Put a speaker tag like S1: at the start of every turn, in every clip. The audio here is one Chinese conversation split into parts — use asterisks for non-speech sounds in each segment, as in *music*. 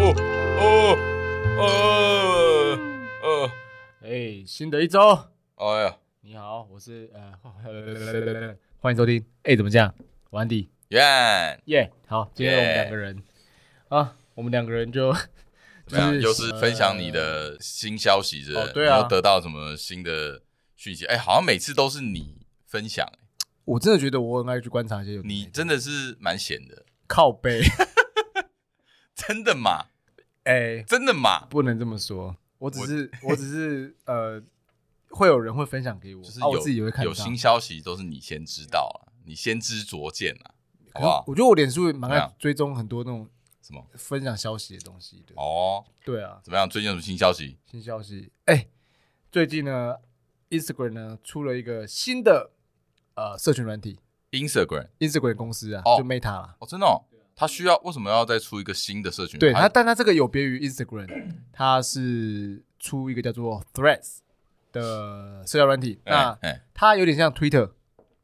S1: 哦呃
S2: 新的一周，
S1: 哎呀，
S2: 你好，我是呃， *laughs* 欢迎收听。哎、怎么这样？我安迪，
S1: 耶，
S2: 耶、好，今天我们
S1: Yeah
S2: 两个人啊，我们两个人就
S1: 怎么样？
S2: 就是呃
S1: 又是分享你的新消息是不是
S2: 哦对啊
S1: 你又得到什么新的讯息？哎，好像每次都是你分享，
S2: 我真的觉得我很爱去观察一些有的没
S1: 你
S2: 的
S1: 真的是蛮闲的，
S2: 靠背，
S1: 真的嘛？
S2: 哎、
S1: 真的嘛？
S2: 不能这么说，我只是我只是呃，会有人会分享给我，
S1: 就是
S2: 啊，我自己也会
S1: 有
S2: 看到
S1: 有新消息都是你先知道啊，你先知灼见啊，好
S2: 可
S1: 不
S2: 是
S1: 好？
S2: 我觉得我脸书蛮
S1: 怎么
S2: 爱
S1: 样
S2: 追踪很多那种
S1: 什么？
S2: 分享消息的东西的。
S1: 哦，
S2: 对啊，
S1: 怎么样？最近有什么新消息？
S2: 新消息，哎、最近呢，Instagram 呢出了一个新的呃社群软体
S1: Instagram
S2: ，Instagram 公司啊，
S1: 哦
S2: 就 Meta 啦。
S1: 哦，真的、哦，他需要为什么要再出一个新的社群？
S2: 对它，
S1: 他哎
S2: 但它这个有别于 Instagram，它是出一个叫做 Threads 的社交软体。那
S1: 哎哎
S2: 它有点像 Twitter，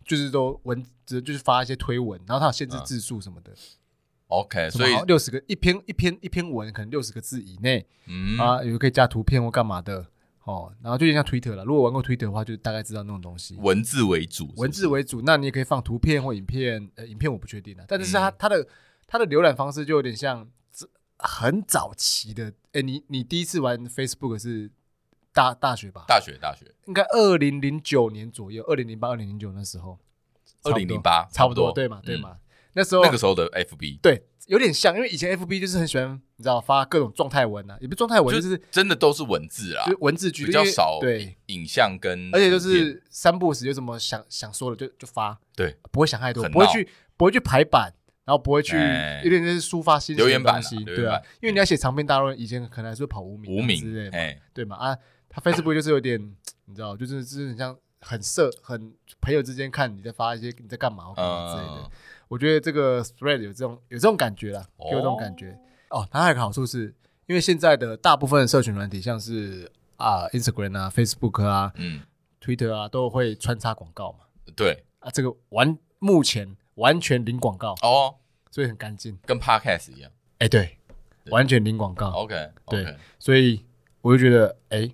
S2: 就是都文字就是发一些推文，然后它有限制字数什么的，
S1: ，OK，
S2: 什
S1: 嗯
S2: 么
S1: 所以
S2: 六十个一篇一篇一篇文可能六十个字以内、
S1: 嗯，
S2: 啊，有可以加图片或干嘛的哦。然后就有点像 Twitter 了，如果玩过 Twitter 的话，就大概知道那种东西。
S1: 文字为主，
S2: 文字为主，那你也可以放图片或影片，呃，影片我不确定了，但是
S1: 嗯
S2: 它、它的它的浏览方式就有点像这很早期的，哎，你你第一次玩 Facebook 是大大学吧？
S1: 大学大学
S2: 应该二零零九年左右，二零零八、二零零九那时候，
S1: 二零零八
S2: 差不多，对嘛，对
S1: 嗯
S2: 嘛，那时候
S1: 那个时候的 FB
S2: 对有点像，因为以前 FB 就是很喜欢，你知道发各种状态文啊，也不是状态文，
S1: 就
S2: 就是
S1: 真的都是文字啦
S2: 就，是文字居
S1: 比
S2: 多
S1: 较
S2: 因为
S1: 少
S2: 对，
S1: 影像跟图片，
S2: 而且就是三不五时有什么想想说的就就发，
S1: 对，
S2: 不会想太多，
S1: 很
S2: 不会
S1: 闹
S2: 去不会去排版，然后不会去
S1: 哎
S2: 有点就是抒发心情
S1: 留
S2: 的
S1: 言板啊
S2: 东西，
S1: 留言
S2: 对啊
S1: 板，
S2: 因为你要写长篇大论，以前可能还是会跑无名啊
S1: 无名
S2: 之类的，
S1: 哎，
S2: 对嘛啊，他 Facebook 就是有点你知道，就是就是很像很社很朋友之间看你在发一些你在干嘛或干嘛之类的
S1: 嗯，，
S2: 我觉得这个 Thread 有这种有这种感觉啦，
S1: 哦
S2: 给我这种感觉哦。它还有一个好处是，因为现在的大部分的社群软体，像是啊 Instagram 啊、Facebook 啊、
S1: 嗯，
S2: Twitter 啊，都会穿插广告嘛。
S1: 对，
S2: 啊，这个完目前完全零广告，
S1: 哦，
S2: 所以很干净。
S1: 跟 Podcast 一样
S2: 哎、对，
S1: 对
S2: 完全零广告，
S1: ，OK，
S2: 对，所以我就觉得，哎、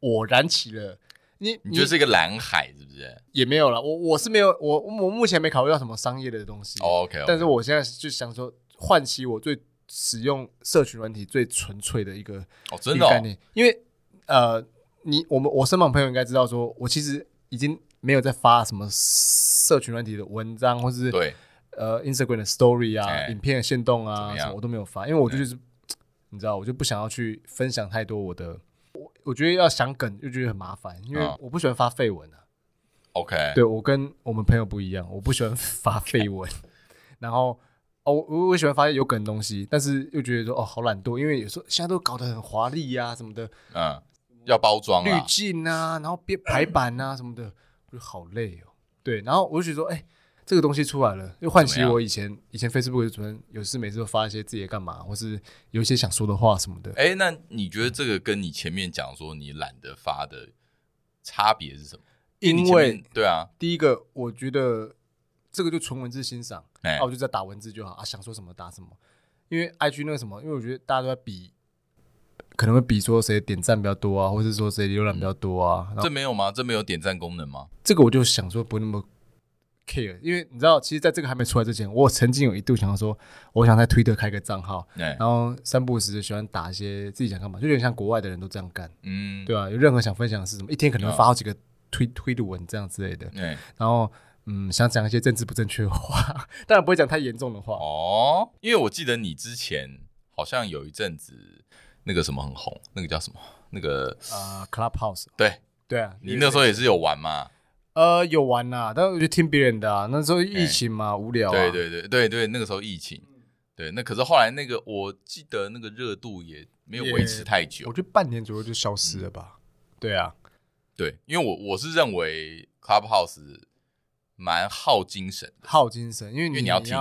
S2: 我燃起了你，
S1: 你就是一个蓝海，是不是
S2: 也没有了。我我是没有，我我目前没考虑到什么商业的东西。
S1: 哦？OK，
S2: 但是我现在就想说，唤起我最使用社群软体最纯粹的一个
S1: 哦，
S2: 一
S1: 真的
S2: 个
S1: 哦
S2: 概念，因为呃，你我们我身旁朋友应该知道说，我其实已经没有在发什么社群软体的文章，或是
S1: 对，
S2: 呃 Instagram 的 Story 啊、
S1: 哎
S2: 影片的限动
S1: 怎
S2: 啊
S1: 么样
S2: 什么我都没有发，因为我就就是你知道，我就不想要去分享太多我的，我我觉得要想梗就觉得很麻烦，因为
S1: 嗯
S2: 我不喜欢发绯闻啊。
S1: OK，
S2: 对我跟我们朋友不一样，我不喜欢 *laughs* 发
S1: *laughs*
S2: 绯闻，然后。哦，我我喜欢发有梗的东西，但是又觉得说哦，好懒惰，因为有时候现在都搞得很华丽呀、什么的，
S1: 嗯，要包装
S2: 滤
S1: 啊，
S2: 镜啊，然后
S1: *clears throat*
S2: 编排版啊什么的，我就好累哦。对，然后我就觉得说，哎、这个东西出来了，又唤起
S1: 怎么样
S2: 我以前以前 Facebook 的主任有事没事都发一些自己在干嘛，或是有一些想说的话什么的。
S1: 哎，那你觉得这个跟你前面讲说你懒得发的差别是什么？你
S2: 因
S1: 前面
S2: 为
S1: 对啊，
S2: 第一个，我觉得这个就纯文字欣赏，
S1: 哎
S2: 啊，我就在打文字就好啊，想说什么打什么。因为 IG 那个什么，因为我觉得大家都在比，可能会比说谁点赞比较多啊，或是说谁浏览比较多啊，然后
S1: 这没有吗？这没有点赞功能吗？
S2: 这个我就想说不那么 care，因为你知道，其实在这个还没出来之前，我曾经有一度想要说，我想在推特开个账号，
S1: 哎
S2: 然，后三不五时喜欢打一些自己想干嘛，就有点像国外的人都这样干，
S1: 嗯，
S2: 对啊，有任何想分享的事什么，一天可能会发好几个推推的文这样之类的，
S1: 哎，
S2: 然后嗯，想讲一些政治不正确的话， *laughs* 当然不会讲太严重的话，
S1: 哦，因为我记得你之前好像有一阵子那个什么很红，那个叫什么？那个
S2: 啊、c l u b h o u s e
S1: 对
S2: 对啊，
S1: 你那时候也是有玩嘛？
S2: 呃有玩呐、但我就听别人的、啊，那时候疫情嘛，无聊、啊，
S1: 哎对对对对对，那个时候疫情，对，那可是后来那个我记得那个热度也没有嗯维持太久
S2: 我，觉得半年左右就消失了吧，对啊，
S1: 对，因为我我是认为 Clubhouse 蛮耗精神的，
S2: 耗精神，因为
S1: 因
S2: 你
S1: 为你要听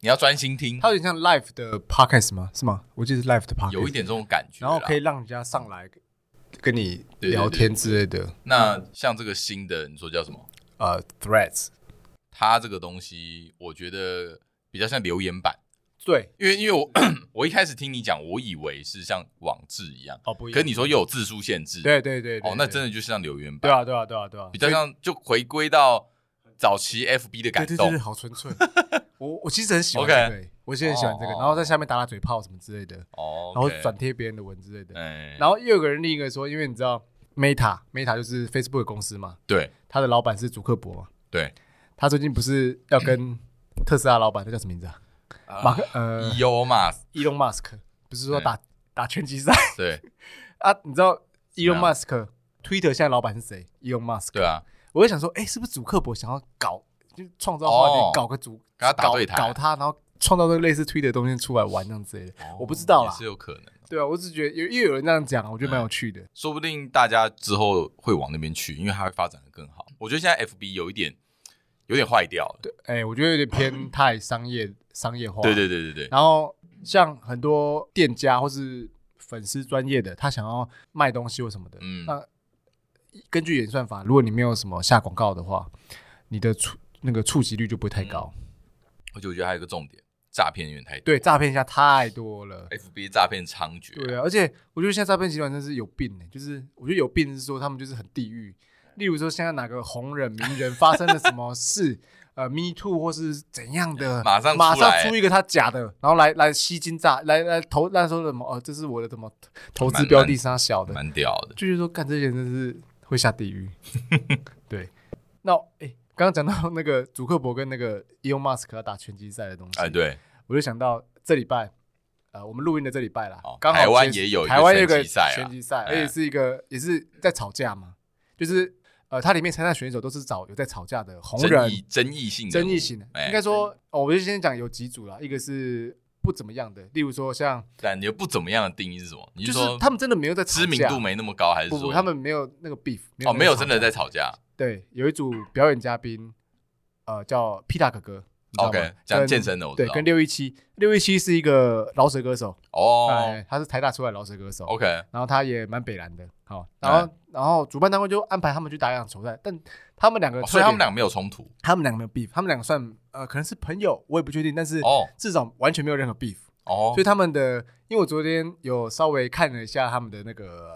S1: 你要专心听
S2: 它，有点像 live 的 podcast 吗？是吗？我记得是 live 的 podcast，
S1: 有一，点这种感觉啦。
S2: 然后可以让人家上来跟你
S1: 对对对
S2: 聊天之类的，
S1: 那像这个新的，你说叫什么？
S2: 呃，threads，
S1: 它这个东西，我觉得比较像留言板。
S2: 对，
S1: 因为因为我 *clears throat* 我一开始听你讲，我以为是像网志一样，
S2: 哦不一样，
S1: 可你说又有字数限制，
S2: 对对对对
S1: 哦，那
S2: 对
S1: 真的就像留言
S2: 对
S1: 板，
S2: 啊对啊对啊对啊，
S1: 比较像就回归到早期 FB 的感
S2: 对对对
S1: 动
S2: 对，，好纯
S1: *laughs*
S2: 粹。我我其实很喜欢
S1: OK
S2: 这个，欸我其实很喜欢这个，
S1: 哦
S2: 然后在下面打打嘴炮什么之类的，
S1: 哦，
S2: 然后
S1: OK
S2: 转，贴别人的文之类的。
S1: 哎，
S2: 然后又有个人另一个说，因为你知道 Meta Meta 就是 Facebook 的公司嘛，
S1: 对
S2: 他的老板是祖克伯嘛，
S1: 对，
S2: 他最近不是要跟
S1: 嗯
S2: 特斯拉老板，他叫什么名字啊？马克呃
S1: 有，E 嘛，
S2: ，Elon Musk 不是
S1: 哎
S2: 说打打拳击赛 *laughs*
S1: 对
S2: 啊？你知道 Elon
S1: 怎么样
S2: Musk Twitter 现在老板是谁？Elon Musk
S1: 对啊，
S2: 我就想说，哎、是不是祖克伯想要搞，就创造话题，
S1: 哦
S2: 搞个组，
S1: 跟他打
S2: 搞
S1: 对台
S2: 搞他，然后创造这个类似推的东西出来玩这样之类的。 *laughs* 我不知道啦
S1: 哦也是哎有可能，
S2: 对啊，我只是觉得有，因为有人这样讲，我觉得蛮有趣的。
S1: 说不定大家之后会往那边去，因为它会发展的更好。我觉得现在 FB 有一点有点坏掉了，对
S2: 哎、我觉得有点偏太商业商业化。
S1: 对。对对对对，
S2: 然后像很多店家或是粉丝专业的，他想要卖东西或什么的，
S1: 嗯
S2: 那根据演算法，如果你没有什么下广告的话，你的触那个触及率就不会太高。
S1: 而且我觉得还有一个重点，诈骗有点太多
S2: 对，诈骗一下太多了。
S1: ，FB 诈骗猖獗，
S2: 对啊，而且我觉得现在诈骗集团真是有病呢、就是我觉得有病是说他们就是很地狱。例如说，现在哪个红人、名人发生了什么事，呃，me too 或是怎样的，
S1: 哎马上出
S2: 马上
S1: 来
S2: 出一个他假的，然后来来吸金诈，来来投那时候什么哦，这是我的什么投资
S1: 蛮
S2: 标的上小的，
S1: 蛮屌的。
S2: 就是说干这些人真是会下
S1: *laughs*
S2: 地狱。对，那哎，刚刚讲到那个祖克伯跟那个 Elon Musk 要打拳击赛的东西，
S1: 哎，对，
S2: 我就想到这礼拜，呃，我们录音的这礼拜啦
S1: 哦，
S2: 刚好
S1: 台湾
S2: 结束
S1: 也有一个
S2: 台湾有一
S1: 拳
S2: 个
S1: 击赛啊
S2: 拳击赛，
S1: 哎
S2: 而且是一个也是在吵架嘛，就是呃，它里面参赛选手都是找有在吵架的红
S1: 争
S2: 人
S1: 议、争议性人物
S2: 争议型的，
S1: 哎
S2: 应该说，哦，我就先讲有几组啦，一个是不怎么样的，例如说像
S1: 但你又不怎么样的定义是什么？你
S2: 就是
S1: 说
S2: 他们真的没有在吵
S1: 知
S2: 架
S1: 名度没那么高，还是
S2: 不不，
S1: 说
S2: 他们没有那个 beef，没有
S1: 哦
S2: 那个
S1: 没有
S2: 吵
S1: 真
S2: 架
S1: 的在吵架
S2: 对，有一组表演嘉宾，呃，叫 P 大哥哥。你知道吗
S1: ？OK，讲
S2: 跟
S1: 健身的我知
S2: 对，
S1: 道
S2: 跟六一七，六一七是一个饶舌歌手，
S1: 哦
S2: 哎，他是台大出来的饶舌歌手。
S1: ，OK，
S2: 然后他也蛮北蓝的，好，
S1: 哎
S2: 然后、然后主办单位就安排他们去打一场球赛，但他们两个、
S1: 哦所以他们两个没有冲突
S2: 他们两个没有 beef，他们两个算呃可能是朋友，我也不确定，但是
S1: 哦
S2: 至少完全没有任何 beef，、
S1: 哦
S2: 所以，他们的，因为我昨天有稍微看了一下他们的那个，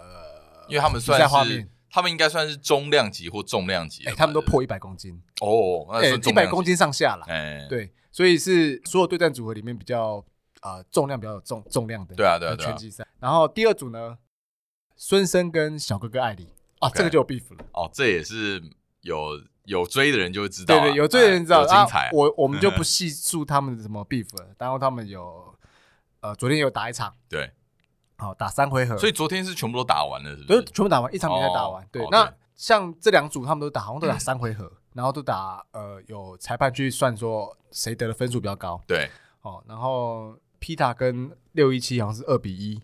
S1: 因为他们
S2: 比
S1: 算
S2: 赛画
S1: 是
S2: 面，
S1: 他们应该算是中量级或重量级了
S2: 哎、
S1: 吧，
S2: 他们都
S1: 对不对
S2: 破一百公斤，
S1: 哦，那
S2: 哎，
S1: 算
S2: 一
S1: 重
S2: 百
S1: 量
S2: 公
S1: 级，
S2: 斤上下啦，
S1: 哎，
S2: 对，所以是所有对战组合里面比较啊、呃重量比较有重重量的，
S1: 对啊，对啊，对
S2: 拳
S1: 啊，
S2: 击赛。然后第二组呢，孙生跟小哥哥艾里啊，
S1: OK
S2: 这个就有 beef 了。
S1: 哦，这也是有有追的人就会知道
S2: 对
S1: 啊，
S2: 对，有这个人知道
S1: 哎有精
S2: 啊
S1: 彩，
S2: 我我们就不细数他们什么 beef 了。然后他们有呃，昨天有打一场，
S1: 对，
S2: 好、打三回合，
S1: 所以
S2: 以
S1: 昨天是全部都打完了，是不
S2: 就是
S1: 是？
S2: 全部打完一场比赛打完。
S1: 哦
S2: 对，
S1: 哦
S2: 那
S1: 对嗯
S2: 像这两组他们都打，好像都打三回合，然后都打呃有裁判去算说谁得的分数比较高
S1: 对
S2: 哦。然后 Pita 跟六一七好像是二比一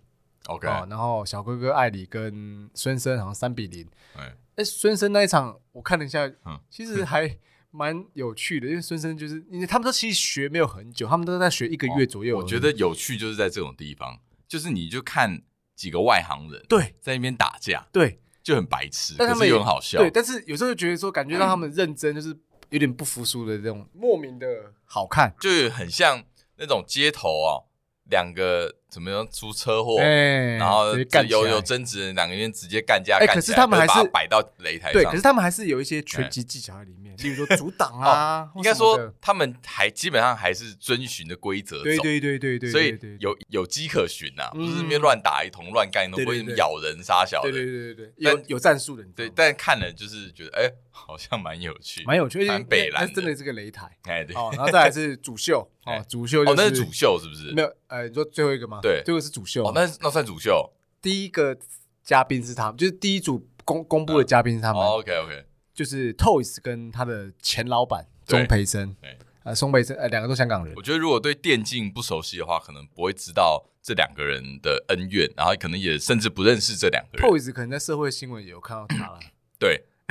S1: ，OK，
S2: 哦，然后小哥哥艾里跟孙生好像三比零。
S1: 哎，
S2: 哎，孙生那一场我看了一下，
S1: 嗯
S2: 其实还蛮有趣的，因为孙生就是，因为他们都其实学没有很久，他们都在学一个月左右而已、
S1: 哦我觉得有趣就是在这种地方，就是你就看几个外行人
S2: 对
S1: 在那边打架，
S2: 对
S1: 就很白痴，
S2: 但他
S1: 可
S2: 们
S1: 是
S2: 也
S1: 又很好笑，
S2: 对，但是有时候就觉得说，感觉到他们认真，就是有点不服输的这种莫名的好看。
S1: 就很像那种街头哦，两个怎么样出车祸。
S2: 哎，
S1: 哦然后
S2: 直接干起
S1: 有
S2: 来
S1: 有争执，两个人直接干架，
S2: 哎
S1: 干
S2: 可是
S1: 起来
S2: 他们还
S1: 把它
S2: 是
S1: 摆到擂台
S2: 对，
S1: 上哎哦
S2: 可是。他们还是有一些拳击技巧在里面，例如说阻挡啊，
S1: 应该
S2: 或什么
S1: 说
S2: 的，
S1: 他们还基本上还是遵循的规则走，
S2: 对对对对对，
S1: 所
S2: 对
S1: 以
S2: 对
S1: 有有迹可循呐、啊，
S2: 嗯
S1: 不是那边乱打一通、乱干一通，
S2: 对
S1: 不
S2: 对
S1: 会
S2: 对
S1: 咬人杀小
S2: 对
S1: 的。
S2: 对对对对，有
S1: 但
S2: 有战术的，你知道
S1: 对
S2: 吗
S1: 但看了就是觉得，哎、好像蛮有趣，
S2: 蛮有趣，而且
S1: 蛮北
S2: 那
S1: 蓝
S2: 那真的是个擂台。
S1: 哎，对，哦，
S2: 哦，然后再来是主秀，哦
S1: *laughs* 哎，
S2: 主秀就是
S1: 那是主秀是不是？
S2: 没有，呃，你说最后一个吗？
S1: 对
S2: 最后一个是主秀。
S1: 哦，那是那算主秀。
S2: 第一个嘉宾是他们，就是第一组公公布的嘉宾是他们，
S1: 哦，OK OK，
S2: 就是 Toys 跟他的前老板
S1: 对
S2: 钟培生
S1: 对，
S2: 呃，钟培生，呃，两个都香港人
S1: 我。觉得如果对电竞不熟悉的话，可能不会知道这两个人的恩怨，然后可能也甚至不认识这两个人。
S2: Toys 可能在社会新闻也有看到他了，
S1: 对， *laughs*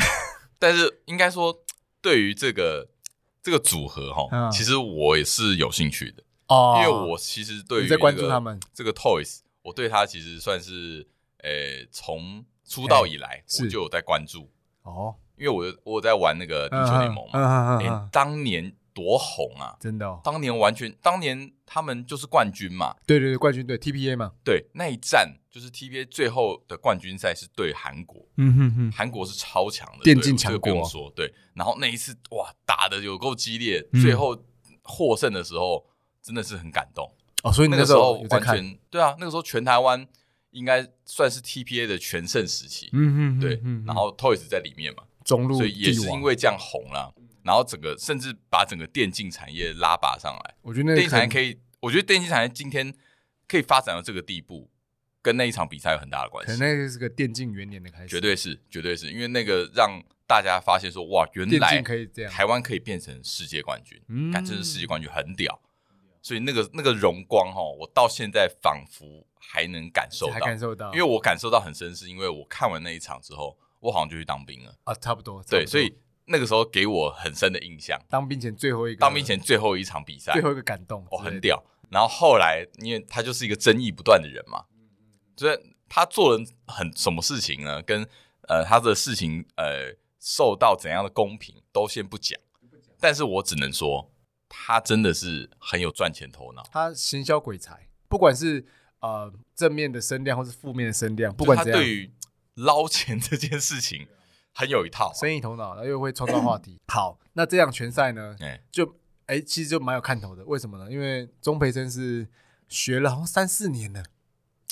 S1: 但是应该说，对于这个这个组合哈，
S2: 嗯
S1: 其实我也是有兴趣的，
S2: 哦
S1: 因为我其实对于、
S2: 你
S1: 这
S2: 在
S1: 个
S2: 关注他们，
S1: 这个 Toys，我对他其实算是呃从出道以来、
S2: 是
S1: 我就有在关注，
S2: 哦，
S1: 因为我我有在玩那个英雄联盟嘛，
S2: 嗯嗯嗯
S1: 哎、
S2: 嗯嗯
S1: 当年多红啊！
S2: 真的哦，
S1: 当年完全，当年他们就是冠军嘛。
S2: 对对对，冠军队 TPA 嘛，
S1: 对，那一战就是 TBA 最后的冠军赛是对韩国，
S2: 嗯哼哼，
S1: 韩国是超强的，
S2: 电
S1: 对
S2: 竞
S1: 这个
S2: 强
S1: 不用
S2: 国
S1: 说。对，然后那一次哇，打的有够激烈，
S2: 嗯
S1: 最后获胜的时候真的是很感动。
S2: 哦，所以你
S1: 那个
S2: 时
S1: 时候
S2: 有在
S1: 完
S2: 看，
S1: 全对啊，那个时候全台湾应该算是 TPA 的全盛时期，
S2: 嗯哼，
S1: 对
S2: 嗯哼，
S1: 然后 Toys 在里面嘛，
S2: 中路
S1: 所以也
S2: 帝
S1: 是
S2: 王
S1: 因，为这样红了，然后整个甚至把整个电竞产业拉拔上来。
S2: 我觉得那
S1: 电竞
S2: 个
S1: 产业
S2: 可
S1: 可以，我觉得电竞产业今天可以发展到这个地步，跟那一场比赛有很大的关
S2: 可能
S1: 系，
S2: 那个是个电竞元年的开始，
S1: 绝对是，绝对是因为那个让大家发现说，哇，原
S2: 电
S1: 来
S2: 竞可以这样，
S1: 台湾可以变成世界冠军，
S2: 嗯
S1: 感真是世界冠军很屌，所以那个那个荣光哈，我到现在仿佛还能感受
S2: 还
S1: 到，
S2: 感受到，
S1: 因为我感受到很深，是因为我看完那一场之后，我好像就去当兵了，
S2: 啊，差不多，差不
S1: 对，
S2: 多
S1: 所以那个时候给我很深的印象。
S2: 当兵前最后一个，
S1: 当兵前最后一场比赛，
S2: 最后一个感动，
S1: 哦，很，屌。然后后来，因为他就是一个争议不断的人嘛，所以他做了很什么事情呢？跟呃他的事情呃受到怎样的公平都先不讲，但是我只能说他真的是很有赚钱头脑，
S2: 他行销鬼才，不管是呃正面的声量或是负面的声量，不管
S1: 就
S2: 怎
S1: 他
S2: 样，
S1: 对于捞钱这件事情很有一套啊、
S2: 生意头脑，然后又会创造话题。好，那这场拳赛呢，
S1: 哎，
S2: 就哎、其实就蛮有看头的。为什么呢？因为钟培生是学了好像三四年了，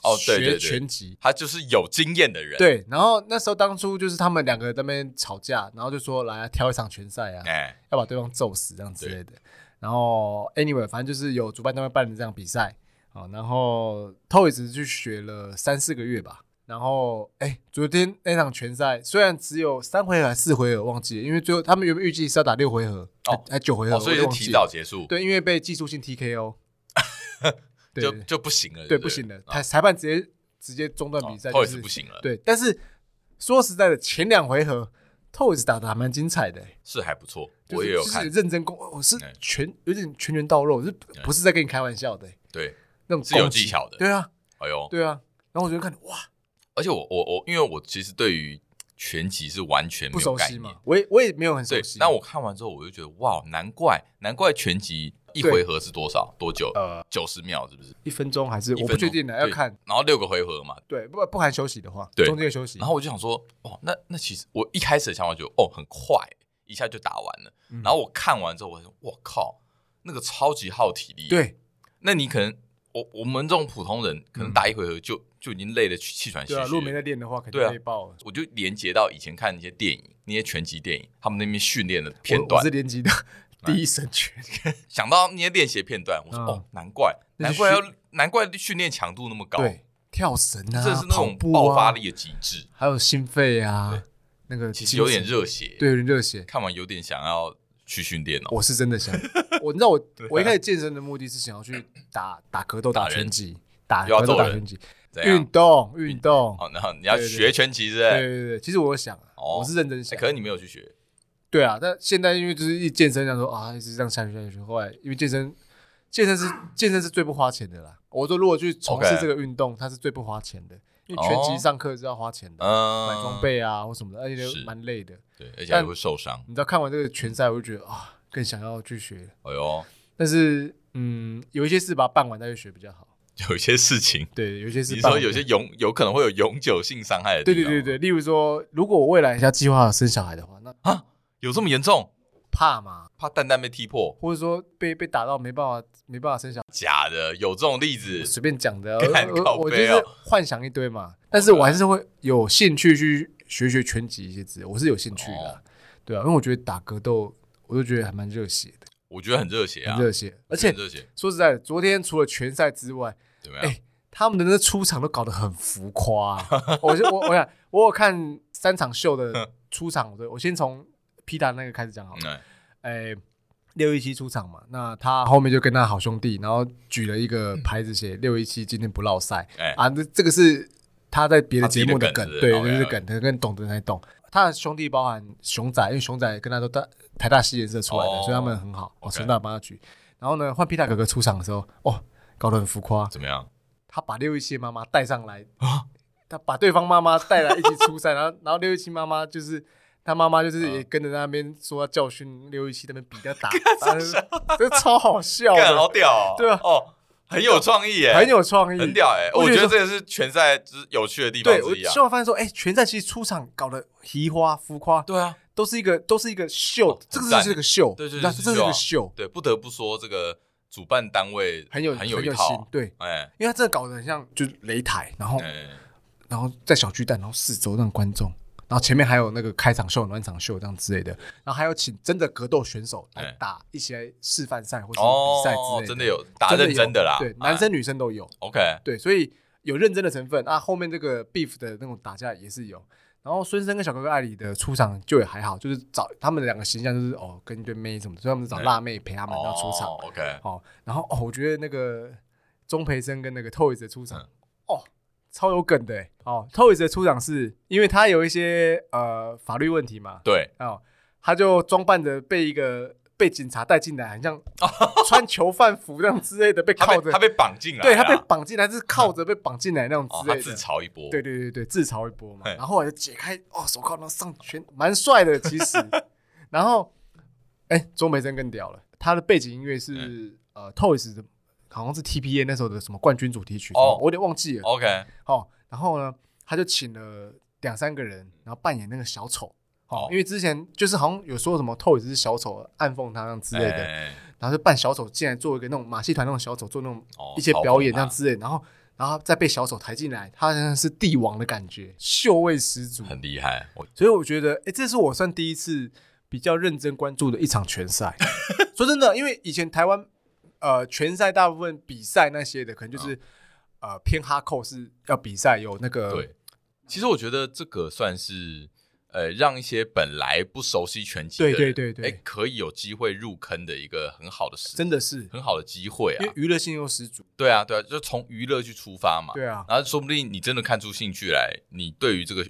S1: 哦对对对
S2: 学拳击。
S1: 他就是有经验的人，，
S2: 对，然后那时候当初就是他们两个在那边吵架，然后就说来啊挑一场拳赛啊，
S1: 哎，
S2: 要把对方揍死这样之类的。然后 anyway，反正就是有主办单位办的这样比赛啊。好然后 Toys 去学了三四个月吧。然后哎，昨天那场拳赛虽然只有三回合还是四回合，忘记了，因为最后他们原本预计是要打六回合
S1: 哦
S2: 还还九回合，
S1: 哦，所以
S2: 我
S1: 是
S2: 忘记
S1: 提
S2: 了
S1: 早结束，
S2: 对，因为被技术性 TKO，对
S1: *laughs* 就
S2: 对
S1: 就不行了就对，
S2: 对
S1: 哦
S2: 不行了，
S1: 他
S2: 裁裁判直接直接中断比赛，
S1: 后
S2: 就
S1: 一次不行了，，
S2: 对，但是说实在的，前两回合 Toys 打的还蛮精彩的、欸
S1: 是还不错，
S2: 就是
S1: 我也有
S2: 就是
S1: 看，
S2: 认真攻，我是
S1: 哎
S2: 拳有点拳拳到肉，是
S1: 哎
S2: 不是在跟你开玩笑的欸、
S1: 对，
S2: 那种
S1: 是有
S2: 攻击
S1: 技巧的
S2: 对啊，
S1: 哎呦，
S2: 对啊。然后我就看哇，
S1: 而且我我我，因为我其实对于拳击是完全
S2: 不
S1: 没有
S2: 熟
S1: 概
S2: 悉
S1: 念。
S2: 嘛，我也我也没有很熟
S1: 对
S2: 悉。，
S1: 那我看完之后，我就觉得哇，难怪难怪拳击一
S2: 对
S1: 回合是多少多久？
S2: 呃
S1: 九十秒是不是？
S2: 一分钟还是
S1: 一
S2: 我
S1: 分
S2: 不确
S1: 钟
S2: 定啊的，要
S1: 对
S2: 看。嗯
S1: 然后六个回合嘛。
S2: 对，不不含休息的话，
S1: 对
S2: 中间有休息。
S1: 然后我就想说，哦，那那其实我一开始的想法就哦很快，一下就打完了。
S2: 嗯
S1: 然后我看完之后，我说我靠，那个超级耗体力。，
S2: 对
S1: 那你可能我我们这种普通人，可能打一回合就就已经累得气喘吁吁
S2: 嗯对啊，
S1: 了。
S2: 如果没在练的话，肯定
S1: 对啊
S2: 被爆了。
S1: 我就连接到以前看那些电影，那些拳击电影，他们那边训练的
S2: 我
S1: 片
S2: 我
S1: 段
S2: 是，连级
S1: *laughs*
S2: 的第 *laughs* 一神拳，
S1: 想到那些练习的片段，我说、
S2: 嗯
S1: 哦，难怪，
S2: 那
S1: 难
S2: 是
S1: 怪要，难怪训练强度那么高，
S2: 对，跳绳啊，
S1: 这是那
S2: 跑
S1: 种
S2: 步
S1: 爆发
S2: 啊，
S1: 力的极致，
S2: 还有心肺啊，那个
S1: 其
S2: 精
S1: 实有点
S2: 神，
S1: 热血，
S2: 对，有点热血。
S1: 看完有点想要去训练哦，
S2: 我是真的想，我你知道
S1: *laughs*
S2: 我
S1: 啊
S2: 我一开始健身的目的是想要去打打格斗、打
S1: 打人
S2: 拳击、打
S1: 又要
S2: 格斗、
S1: 揍
S2: 打
S1: 人啊
S2: 拳击，
S1: 怎
S2: 运
S1: 样？
S2: 动运动。
S1: 哦，然后你要
S2: 对对
S1: 学拳击是不
S2: 对
S1: 是？
S2: 对对，其实我有想啊，
S1: 哦
S2: 我是认真
S1: 哎
S2: 想
S1: 可。是你没有去学，
S2: 对啊，但现在因为就是一健身，想说啊，一直这样下去下去。后来因为健身，健身是健身是最不花钱的啦。我说如果去从事
S1: OK
S2: 这个运动，它是最不花钱的，因为拳击
S1: 哦
S2: 上课是要花钱的，
S1: 嗯，
S2: 买装，备啊或什么的，而且
S1: 是
S2: 蛮累的。
S1: 对，而且
S2: 但
S1: 还会受伤，
S2: 你知道看完这个拳赛，我就觉得啊，更想要去学。
S1: 哎呦，
S2: 但是嗯，有一些事把它办完再去学比较好。
S1: 有一些事情，
S2: 对，有一些是
S1: 你
S2: 办
S1: 说
S2: 完
S1: 有些永有可能会有永久性伤害的地
S2: 对
S1: 方，
S2: 对对对，例如说，如果我未来要计划生小孩的话，那
S1: 啊，有这么严重？
S2: 怕嘛，
S1: 怕蛋蛋被踢破，
S2: 或者说被被打到没办法没办法生小孩，
S1: 假的，有这种例子，
S2: 随便讲的，
S1: *laughs* 干
S2: 我
S1: 靠
S2: 我我就
S1: 背
S2: 是
S1: 哦
S2: 幻想一堆嘛。但是我还是会有兴趣去学学拳击一些字，我是有兴趣的
S1: 哦
S2: 啊，对啊，因为我觉得打格斗，我就觉得还蛮热血的，
S1: 我觉得很热血啊，
S2: 很热血。而且
S1: 很热血，啊
S2: 说实在的，昨天除了拳赛之外，
S1: 怎么样？
S2: 哎，他们的那出场都搞得很浮夸、啊。我就我我想，我有看三场秀的出场，我我先从皮达那个开始讲好了。
S1: 嗯，
S2: 哎，六一七出场嘛，那他后面就跟他好兄弟，然后举了一个牌子写六一七今天不落赛
S1: 嗯哎
S2: 啊，这这个是他在别的节目
S1: 他
S2: 梗
S1: 自己，的梗
S2: 对，
S1: 是不
S2: 就是是
S1: OK，OK
S2: 梗，可能跟懂的人才懂。他的兄弟包含熊仔，因为熊仔跟他都大台大西颜色出来的，
S1: 哦
S2: 所以他们很好，我
S1: OK
S2: 成大帮他举。然后呢，换皮达哥哥出场的时候，哦，搞得很浮夸，
S1: 怎么样？
S2: 他把六一七妈妈带上来
S1: 啊
S2: 他把对方妈妈带来一起出赛，然后然后六一七妈妈就是他妈妈就是也跟着在那边说要教训六一七，那边比他
S1: *laughs*
S2: 打，打这超好笑
S1: 干好
S2: 的，
S1: 屌哦，
S2: 对啊
S1: 哦，很有创意耶，
S2: 很有创意，
S1: 很屌哎，
S2: 我
S1: 我
S2: 觉
S1: 觉
S2: 得
S1: 得这个是拳赛之有趣的地方
S2: 对，我
S1: 之一啊
S2: 希，望发现说，哎、全在其实出场搞得奇花浮夸，
S1: 对啊，
S2: 都是一个都是一个秀，
S1: 哦
S2: 这个
S1: 很
S2: 就
S1: 赞
S2: 是个秀，
S1: 对对
S2: 那
S1: 对
S2: 这
S1: 是
S2: 真的
S1: 秀
S2: 是
S1: 啊
S2: 个秀，
S1: 对，不得不说这个主办单位
S2: 很有
S1: 很有
S2: 有
S1: 一
S2: 心哦
S1: 套，，
S2: 对，
S1: 哎
S2: 因为他真的搞得很像就是擂台，然后、
S1: 哎，
S2: 然后在小巨蛋，然后四周让观众。然后前面还有那个开场秀、暖场秀这样之类的，然后还有请真的格斗选手来
S1: 哎
S2: 打一些示范赛或者
S1: 哦
S2: 比赛之类，的，
S1: 真的有打认真的啦，
S2: 有对，
S1: 哎
S2: 男生女生都有，
S1: OK，
S2: 对，所以有认真的成分啊。后面这个 beef 的那种打架也是有。然后孙生跟小哥哥艾里的出场就也还好，就是找他们两个形象就是哦跟一堆妹什么的，所以他们找
S1: 对
S2: 辣妹陪他们要出场。
S1: 哦，OK，
S2: 哦，然后哦，我觉得那个钟培生跟那个 Toys 的出场，
S1: 嗯
S2: 哦，超有梗的欸哦，Toys 的出场是因为他有一些呃法律问题嘛，
S1: 对，
S2: 哦，他就装扮着被一个被警察带进来，很
S1: *laughs*
S2: 像穿囚犯服那样之类的被
S1: 他
S2: 铐
S1: 被
S2: 着
S1: 他，被绑进来啊，嗯
S2: 对他被绑进来是靠着被绑进来那种
S1: 哦，
S2: 之
S1: 他
S2: 类
S1: 自
S2: 的。
S1: 嘲一波，
S2: 对对对对，自嘲一波嘛，
S1: 嘿
S2: 然后后来就解开哦手铐，然后上拳，蛮帅的其
S1: *laughs*
S2: 实。然后，哎，钟培生更屌了，他的背景音乐是
S1: 嗯
S2: 呃 Toys 的，好像是 TPA 那时候的什么冠军主题曲，
S1: 哦
S2: 我有点忘记了。
S1: ，OK，
S2: 哦，然后呢，他就请了两三个人，然后扮演那个小丑。哦
S1: 哦，
S2: 因为之前就是好像有说什么 Toys 是小丑暗讽他那样之类的，
S1: 哎
S2: 然后就扮小丑进来做一个那种马戏团那种小丑做那种
S1: 哦
S2: 一些表
S1: 嘲讽
S2: 演这
S1: 他
S2: 样之类，然后然后再被小丑抬进来，他真的是帝王的感觉，秀味十足。
S1: 很厉害，我
S2: 所以我觉得，哎、这是我算第一次比较认真关注的一场拳赛。
S1: *laughs*
S2: 说真的，因为以前台湾呃拳赛大部分比赛那些的，可能就是、呃偏哈扣是要比赛有那个
S1: 啊对，其实我觉得这个算是呃，让一些本来不熟悉拳击的
S2: 对
S1: 人，
S2: 对对对
S1: 哎，可以有机会入坑的一个很好的时，
S2: 真的是
S1: 很好的机会
S2: 因为
S1: 啊！
S2: 娱乐性又十足。
S1: 对啊，对啊，就从娱乐去出发嘛。
S2: 对啊，
S1: 然后说不定你真的看出兴趣来，你对于这个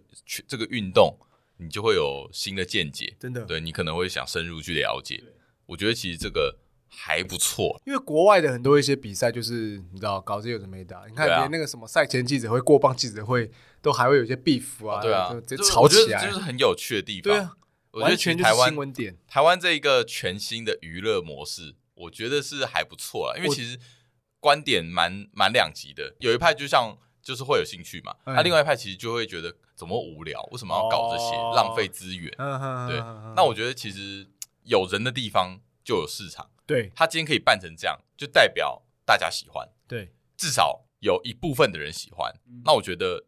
S1: 这个运动，你就会有新的见解。
S2: 真的。
S1: 对你可能会想深入去了解。我觉得其实这个还不错。
S2: 因为国外的很多一些比赛，就是你知道搞这有的没的啊，你看
S1: 对啊
S2: 连那个什么赛前记者会、过磅记者会，都还会有一些 beef 啊，
S1: 对啊
S2: 就，直接
S1: 就是
S2: 吵
S1: 我觉
S2: 起
S1: 得
S2: 来
S1: 这就，是很有趣的地方。
S2: 对啊，
S1: 我觉得
S2: 完
S1: 其实
S2: 全就
S1: 台
S2: 是
S1: 湾
S2: 新闻点，
S1: 台湾这一个全新的娱乐模式，我觉得是还不错啦，因为
S2: 我
S1: 其实观点蛮蛮两极的，有一派就像就是会有兴趣嘛，那、
S2: 嗯
S1: 另外一派其实就会觉得怎么无聊，为什么要搞这些，
S2: 哦
S1: 浪费资源。对
S2: 对
S1: 那我觉得其实有人的地方就有市场，
S2: 对
S1: 他今天可以办成这样，就代表大家喜欢，
S2: 对
S1: 至少有一部分的人喜欢，
S2: 嗯
S1: 那我觉得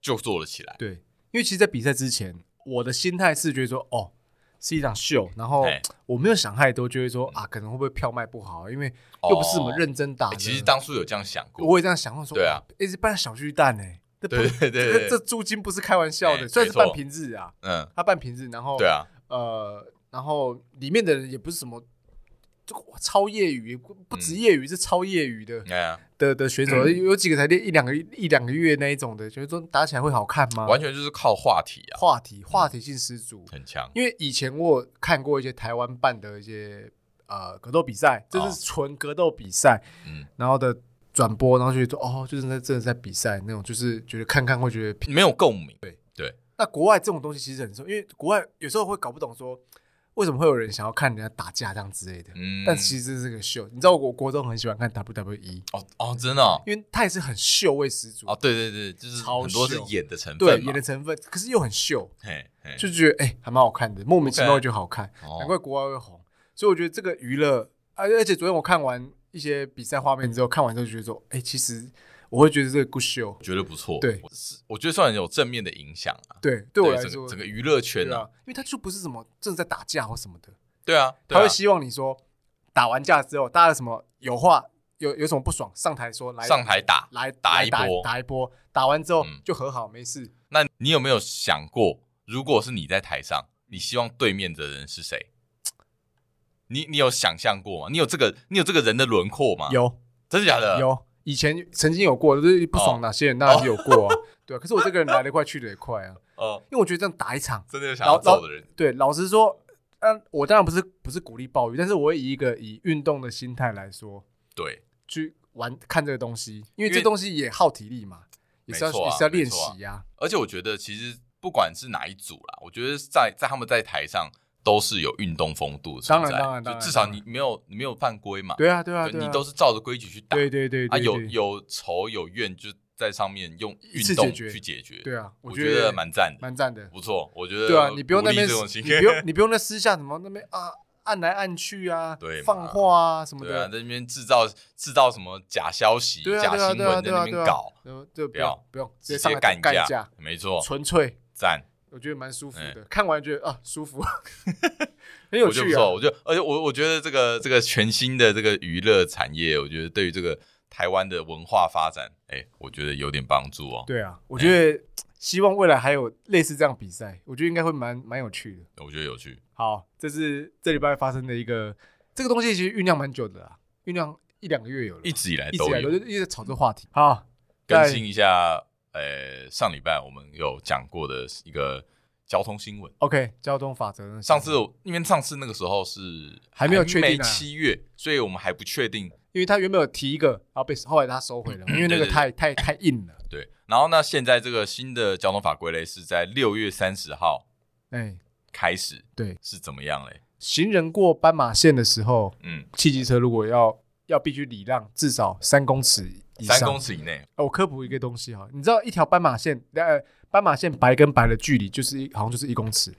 S1: 就做了起来。
S2: 对，因为其实，在比赛之前，我的心态是觉得说，哦，是一场秀，然后
S1: 哎
S2: 我没有想太多，就会说啊，可能会不会票卖不好，因为又不是什么认真打
S1: 欸
S2: 的。
S1: 哦其实当初有这样想过，
S2: 我也这样想，我说
S1: 对啊，
S2: 一直办小巨蛋哎，这不
S1: 对对对对
S2: 这个这租金不是开玩笑的，
S1: 哎
S2: 虽然是
S1: 没错
S2: 办平日啊，
S1: 嗯，
S2: 他办平日，然后
S1: 对啊，
S2: 呃，然后里面的人也不是什么这个超业余，不不止业余，是超业余的
S1: 哎呀、
S2: 的的选手，有有几个才练一两个一两个月那一种的，就是说打起来会好看吗？
S1: 完全就是靠话题啊，
S2: 话题话题性十足，
S1: 很强。
S2: 因为以前我有看过一些台湾办的一些呃格斗比赛，这是纯格斗比赛，
S1: 嗯
S2: 然后的转播，然后就觉得哦，就是在真的在比赛那种，就是觉得看看会觉得
S1: 嗯没有共鸣。
S2: 对
S1: 对，
S2: 那国外这种东西其实很受，因为国外有时候会搞不懂说为什么会有人想要看人家打架这样之类的，
S1: 嗯，
S2: 但其实这是个秀。你知道我国中很喜欢看 WWE，
S1: 哦哦，真的哦，
S2: 因为它也是很秀味十足，
S1: 哦对对对，就是
S2: 超
S1: 很多是
S2: 秀
S1: 演的成
S2: 对
S1: 分嘛，
S2: 演的成分，可是又很秀，
S1: 嘿，嘿
S2: 就觉得哎、还蛮好看的，莫名其妙
S1: OK
S2: 就好看
S1: 哦
S2: 难怪国外会红。所以我觉得这个娱乐，而而且昨天我看完一些比赛画面之后，看完之后就觉得说，哎、其实我会觉得这个 good show，
S1: 觉得不错。
S2: 对
S1: 我是我觉得算有正面的影响啊，
S2: 对，对我来
S1: 整
S2: 说
S1: 个整，个娱乐圈
S2: 对
S1: 啊
S2: 啊，，因为他就不是什么正在打架或什么的，
S1: 对啊，对
S2: 他
S1: 啊
S2: 会希望你说打完架之后，大家有什么有话有有什么不爽，上台说来
S1: 上台打。
S2: 来
S1: 打
S2: 来
S1: 一
S2: 打
S1: 波
S2: 打一波，打完之后
S1: 嗯
S2: 就和好，没事。
S1: 那你有没有想过，如果是你在台上，你希望对面的人是谁？你你有想象过吗？你有这个你有这个人的轮廓吗？，
S2: 有
S1: 真的假的？
S2: 有，以前曾经有过，就是不爽
S1: 呃哦
S2: 哪些人，当然是有过啊， *laughs* 对啊。可是我这个人来得快去得也快啊，
S1: 哦，
S2: 因为我觉得这样打一场，
S1: 真的有想要揍的人，
S2: 对，老实说，嗯，我当然不是不是鼓励暴雨，但是我会以一个以运动的心态来说
S1: 对，
S2: 去玩看这个东西，因
S1: 因
S2: 为
S1: 为
S2: 这东西也耗体力嘛，也是要、
S1: 没错啊
S2: 也是要
S1: 没
S2: 练
S1: 错啊
S2: 习呀、
S1: 而且我觉得，其实不管是哪一组啦，我觉得在在他们在台上都是有运动风度的存
S2: 当然
S1: 在，
S2: 当然当然
S1: 就至少
S2: 当然
S1: 你没有你没有犯规嘛，
S2: 对啊，对啊，
S1: 就
S2: 对啊
S1: 你都是照着规矩去打，
S2: 对对对
S1: 啊，
S2: 对
S1: 有
S2: 对
S1: 有仇有怨就在上面用
S2: 一
S1: 运
S2: 次
S1: 动
S2: 解决
S1: 去解决，
S2: 对啊，
S1: 我
S2: 觉
S1: 得蛮赞的，
S2: 蛮赞的，
S1: 不错，我觉得
S2: 对啊，你不用
S1: 鼓
S2: 那
S1: 励
S2: 边，
S1: 这种
S2: 你
S1: 情
S2: 不
S1: 况，
S2: 用你不用那私下什么那边啊按来按去
S1: *laughs*
S2: 啊，
S1: 对嘛
S2: 放话啊什么
S1: 对啊，
S2: 的，
S1: 在那边制造制造什么假消息、
S2: 对啊
S1: 假
S2: 对啊
S1: 新
S2: 对啊
S1: 闻在
S2: 对
S1: 那
S2: 啊对
S1: 边
S2: 啊
S1: 搞，，
S2: 呃对，不
S1: 不要
S2: 要不用直
S1: 直
S2: 上
S1: 接
S2: 来就干
S1: 架，，没错，
S2: 纯粹。
S1: 赞，
S2: 我觉得蛮舒服
S1: 哎
S2: 的，看完觉得啊
S1: *laughs*
S2: 舒服，很有
S1: 我觉得不
S2: 趣啊
S1: 错，。我觉得，而且我我觉得这个这个全新的这个娱乐产业，我觉得对于这个台湾的文化发展，哎，我觉得有点帮助哦。
S2: 对啊，我觉得希望未来还有类似这样比赛，我觉得应该会蛮蛮有趣的。
S1: 我觉得有趣，
S2: 好，这是这礼拜发生的一个这个东西，其实酝酿蛮久的啦，酝酿一两个月有了吧，
S1: 一直以来
S2: 一直
S1: 都
S2: 以来
S1: 有
S2: 都就一直炒这个话题。好，
S1: 更新一下。呃，上礼拜我们有讲过的一个交通新闻。
S2: OK，交通法则呢？
S1: 上次因为上次那个时候是
S2: 嗯还没有确定啊
S1: 七月，所以我们还不确定
S2: 因为他原本有提一个，然后被后来他收回了，因为那个
S1: 嗯对对对
S2: 太太太硬了。
S1: 对，然后呢，现在这个新的交通法规嘞是在六月三十号
S2: 哎，
S1: 开始，
S2: 对，
S1: 是怎么样嘞？
S2: 行人过斑马线的时候，
S1: 嗯，
S2: 汽机车如果要要必须礼让至少三公尺以上。
S1: 三公尺以内，
S2: 哦我科普一个东西哈，你知道一条斑马线，呃，斑马线白跟白的距离就是一好像就是一公尺，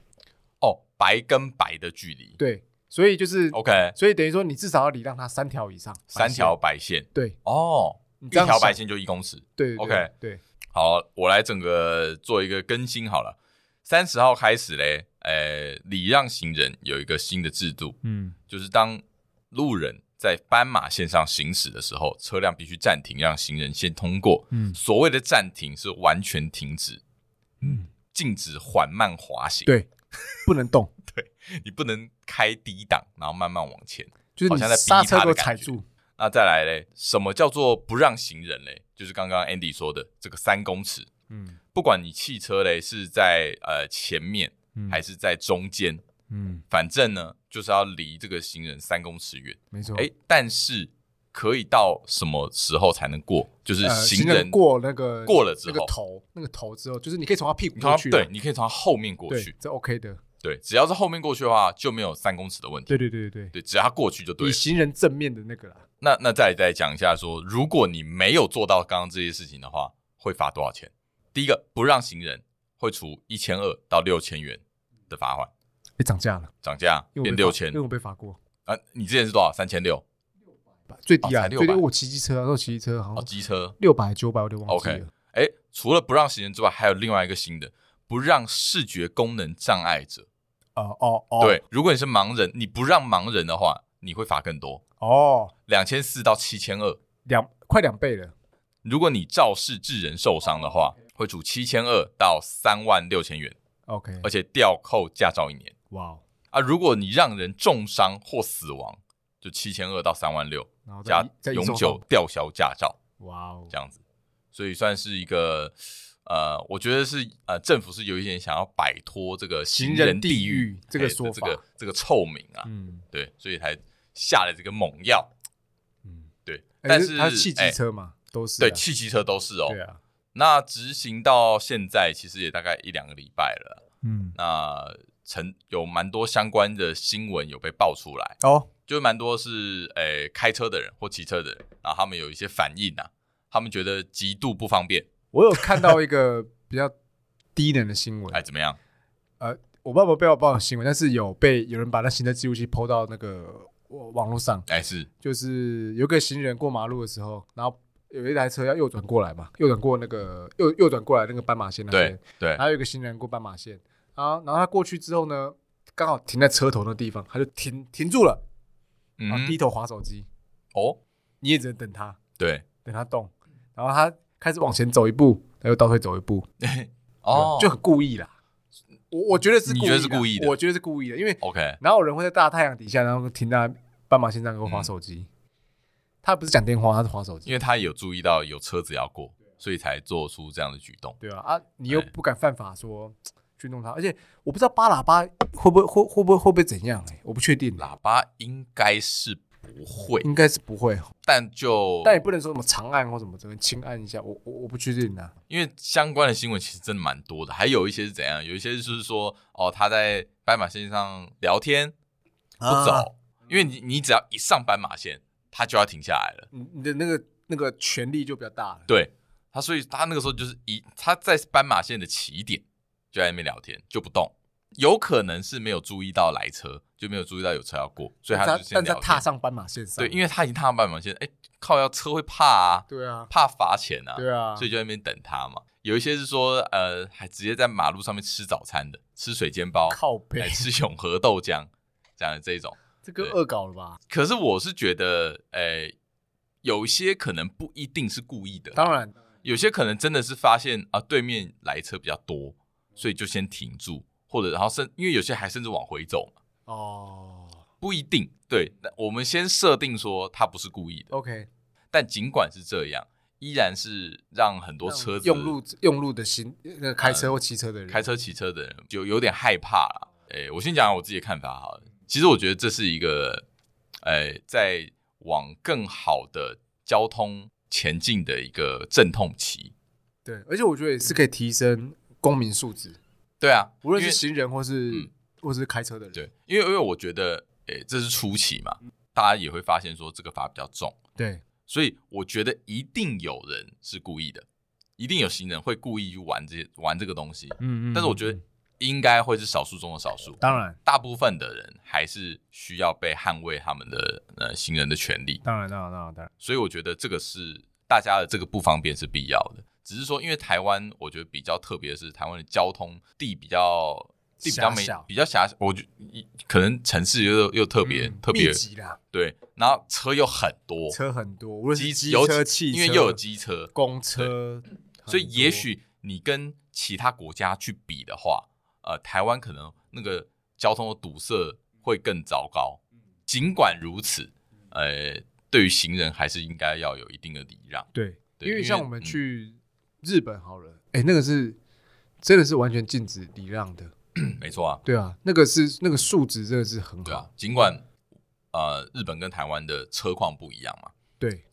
S1: 哦，白跟白的距离，
S2: 对，所以就是
S1: ，OK，
S2: 所以等于说你至少要礼让它三条以上，白
S1: 哦三
S2: 线
S1: 条白线，
S2: 对，
S1: 哦，
S2: 你
S1: 一
S2: 这样
S1: 条
S2: 想
S1: 白线就一公尺。
S2: 对对
S1: OK
S2: 对，
S1: 好，我来整个做一个更新好了。三十号开始嘞，呃，礼让行人有一个新的制度，
S2: 嗯，
S1: 就是当路人在斑马线上行驶的时候，车辆必须暂停，让行人先通过。
S2: 嗯
S1: 所谓的暂停是完全停止，
S2: 嗯，
S1: 禁止缓慢滑行，
S2: 对，不能动，
S1: 你不能开低档，然后慢慢往前。
S2: 就是
S1: 好
S2: 你
S1: 像在逼
S2: 刹
S1: 他
S2: 车给
S1: 的
S2: 我
S1: 感
S2: 踩
S1: 觉
S2: 住，
S1: 那再来嘞，什么叫做不让行人嘞？就是刚刚 Andy 说的这个三公尺，
S2: 嗯
S1: 不管你汽车嘞是在呃前面
S2: 嗯
S1: 还是在中间，
S2: 嗯，
S1: 反正呢就是要离这个行人三公尺远。
S2: 没错，
S1: 哎，但是可以到什么时候才能过？就是
S2: 呃，
S1: 行
S2: 人
S1: 人，
S2: 过那个
S1: 过了之
S2: 那个
S1: 后
S2: 头那个头之后，就是你可以从他屁股
S1: 你
S2: 过
S1: 从
S2: 去
S1: 他
S2: 嘛，
S1: 对，你可以从他后面过
S2: 对
S1: 去，
S2: 这 OK 的，
S1: 对，只要是后面过去的话，就没有三公尺的问题。
S2: 对对对对对，
S1: 对，只要他过去就对
S2: 以
S1: 了。
S2: 行人正面的那个啦，
S1: 那那再再讲一下说，如果你没有做到刚刚这些事情的话，会罚多少钱？第一个，不让行人会处一千二到六千元的罚款，
S2: 也哎涨价了，
S1: 涨价
S2: 因为
S1: 变
S2: 我
S1: 六
S2: 被罚
S1: 千
S2: 因为我被罚过，
S1: 啊！你之前是多少？三千六
S2: 最低
S1: 哦
S2: 啊，
S1: 才600
S2: 最低我骑机车啊，那时候骑机车好
S1: 哦，
S2: 像
S1: 机车。
S2: 六百九百，我有点忘记
S1: OK
S2: 了，
S1: 哎，除了不让行人之外，还有另外一个新的，不让视觉功能障碍者。
S2: 呃哦哦，
S1: 对，如果你是盲人，你不让盲人的话，你会罚更多，
S2: 哦，
S1: 两千四到七千二。
S2: 两快两倍了，
S1: 如果你肇事致人受伤的话，会处七千二到三万六千元。
S2: OK，
S1: 而且吊扣驾照一年
S2: 哇哦，
S1: 啊。如果你让人重伤或死亡，就七千二到三万六
S2: 然后再
S1: 加
S2: 移再移
S1: 永
S2: 送
S1: 久吊销驾照
S2: 上哇哦
S1: 这，样子，所以算是一个呃，我觉得是呃，政府是有一点想要摆脱这个行
S2: 人
S1: 人
S2: 地
S1: 地
S2: 狱这个
S1: 哎
S2: 说
S1: 这
S2: 法
S1: 个这个臭名啊，
S2: 嗯
S1: 对，所以才下了这个猛药。
S2: 嗯，
S1: 对，
S2: 哎
S1: 但
S2: 可
S1: 是
S2: 它是汽机
S1: 哎
S2: 车嘛，都是啊
S1: 对汽机车都是哦。
S2: 对啊，
S1: 那执行到现在其实也大概一两个礼拜了。
S2: 嗯，
S1: 那曾有蛮多相关的新闻有被爆出来，
S2: 哦，
S1: 就是蛮多是诶、开车的人或骑车的人，然后他们有一些反应啊，他们觉得极度不方便，
S2: 我有看到一个 *laughs* 比较低能的新闻
S1: 哎，，怎么样？
S2: 呃，我不知道有没有被我报的新闻，但是有被有人把那行车记录器 PO 到那个网网络上，
S1: 哎，是
S2: 就是有个行人过马路的时候，然后有一台车要右转过来嘛，右转过那个右右转过来那个斑马线那边
S1: 对，对
S2: 然，后有一个行人过斑马线，然后然后他过去之后呢，刚好停在车头那地方，他就停停住了，
S1: 嗯
S2: 然后低头划手机，
S1: 哦，
S2: 你也只能等他
S1: 对，
S2: 等他动，然后他开始往前走一步，他又倒退走一步，
S1: 哦，
S2: 啊就很故意啦。我我觉得是
S1: 你
S2: 故意
S1: 觉
S2: 的
S1: 得是故意的
S2: 我觉得是故意的，因为
S1: OK，
S2: 哪有人会在大太阳底下，然后停在斑马线上给我划手
S1: 嗯
S2: 机？他不是讲电话，他是划手
S1: 因
S2: 机，
S1: 为他有注意到有车子要过，所以才做出这样的举动。
S2: 对啊，啊，你又
S1: 哎
S2: 不敢犯法说去弄他，而且我不知道扒喇叭会不会会会不会会不会怎样、欸，我不确定。
S1: 喇叭应该是不会，
S2: 应该是不会，
S1: 但就
S2: 但也不能说什么长按或什么，这边轻按一下，我我我不确定啊。
S1: 因为相关的新闻其实真的蛮多的，还有一些是怎样，有一些就是说哦他在斑马线上聊天不走，
S2: 啊
S1: 因为你你只要一上斑马线，他就要停下来了。
S2: 你你的那个那个权力就比较大了。
S1: 对他，所以他那个时候就是一他在斑马线的起点就在那边聊天，就不动，有可能是没有注意到来车，就没有注意到有车要过，所以他
S2: 但
S1: 就先
S2: 但
S1: 聊
S2: 他
S1: 天。
S2: 踏上斑马线上，
S1: 对，因
S2: 为
S1: 为他已经踏上斑马线，哎、靠，要车会怕啊，
S2: 对啊，
S1: 怕罚钱啊，
S2: 对啊，
S1: 所以就在那边等他嘛。有一些是说，呃，还直接在马路上面吃早餐的，吃水煎包，
S2: 靠
S1: 哎
S2: 背，
S1: 吃永和豆浆，这样的这一种。
S2: 这个
S1: 对
S2: 恶搞了吧？
S1: 可是我是觉得，哎、有些可能不一定是故意的，
S2: 当然，
S1: 有些可能真的是发现啊，对面来车比较多，所以就先停住，或者然后甚因为有些还甚至往回走嘛，
S2: 哦
S1: 不一定。对，那我们先设定说他不是故意的，
S2: ，OK，
S1: 但尽管是这样，依然是让很多车子嗯
S2: 用路用路的行，那个开车或骑车的人，
S1: 开车骑车的人就有点害怕了。诶，我先讲讲我自己的看法好了。其实我觉得这是一个，诶，在往更好的交通前进的一个阵痛期。
S2: 对，而且我觉得也是可以提升公民素质，
S1: 对啊，
S2: 无论
S1: 因为
S2: 是行人或是
S1: 嗯
S2: 或是开车的人，
S1: 对，因为因为我觉得，诶、这是初期嘛，
S2: 嗯
S1: 大家也会发现说这个罚比较重，
S2: 对
S1: 所以我觉得一定有人是故意的，一定有行人会故意去玩这些玩这个东西，
S2: 嗯
S1: 但是我觉得应该会是少数中的少数，
S2: 当然
S1: 大部分的人还是需要被捍卫他们的呃行人的权利，
S2: 当然当然当然当然，
S1: 所以我觉得这个是大家的这个不方便是必要的，只是说因为台湾我觉得比较特别的是台湾的交通地比较地比较没
S2: 狭小
S1: 比较狭小，我觉一可能城市又又特别、
S2: 嗯
S1: 特别
S2: 密集啦，
S1: 对，然后车又很多，
S2: 车很多，无论是机
S1: 尤
S2: 车、
S1: 其
S2: 汽车，
S1: 因为又有机车，
S2: 公车，
S1: 所以
S2: 很多
S1: 也许你跟其他国家去比的话，呃，台湾可能那个交通的堵塞会更糟糕。尽管如此，呃，对于行人还是应该要有一定的礼让。
S2: 对，
S1: 对
S2: 因
S1: 因为
S2: 为像我们
S1: 嗯
S2: 去日本好了，哎，那个是真的是完全禁止礼让的，
S1: 没错啊，
S2: 对啊，那个是那个素质真的是很
S1: 对啊
S2: 好，，
S1: 尽管呃，日本跟台湾的车况不一样嘛，
S2: 对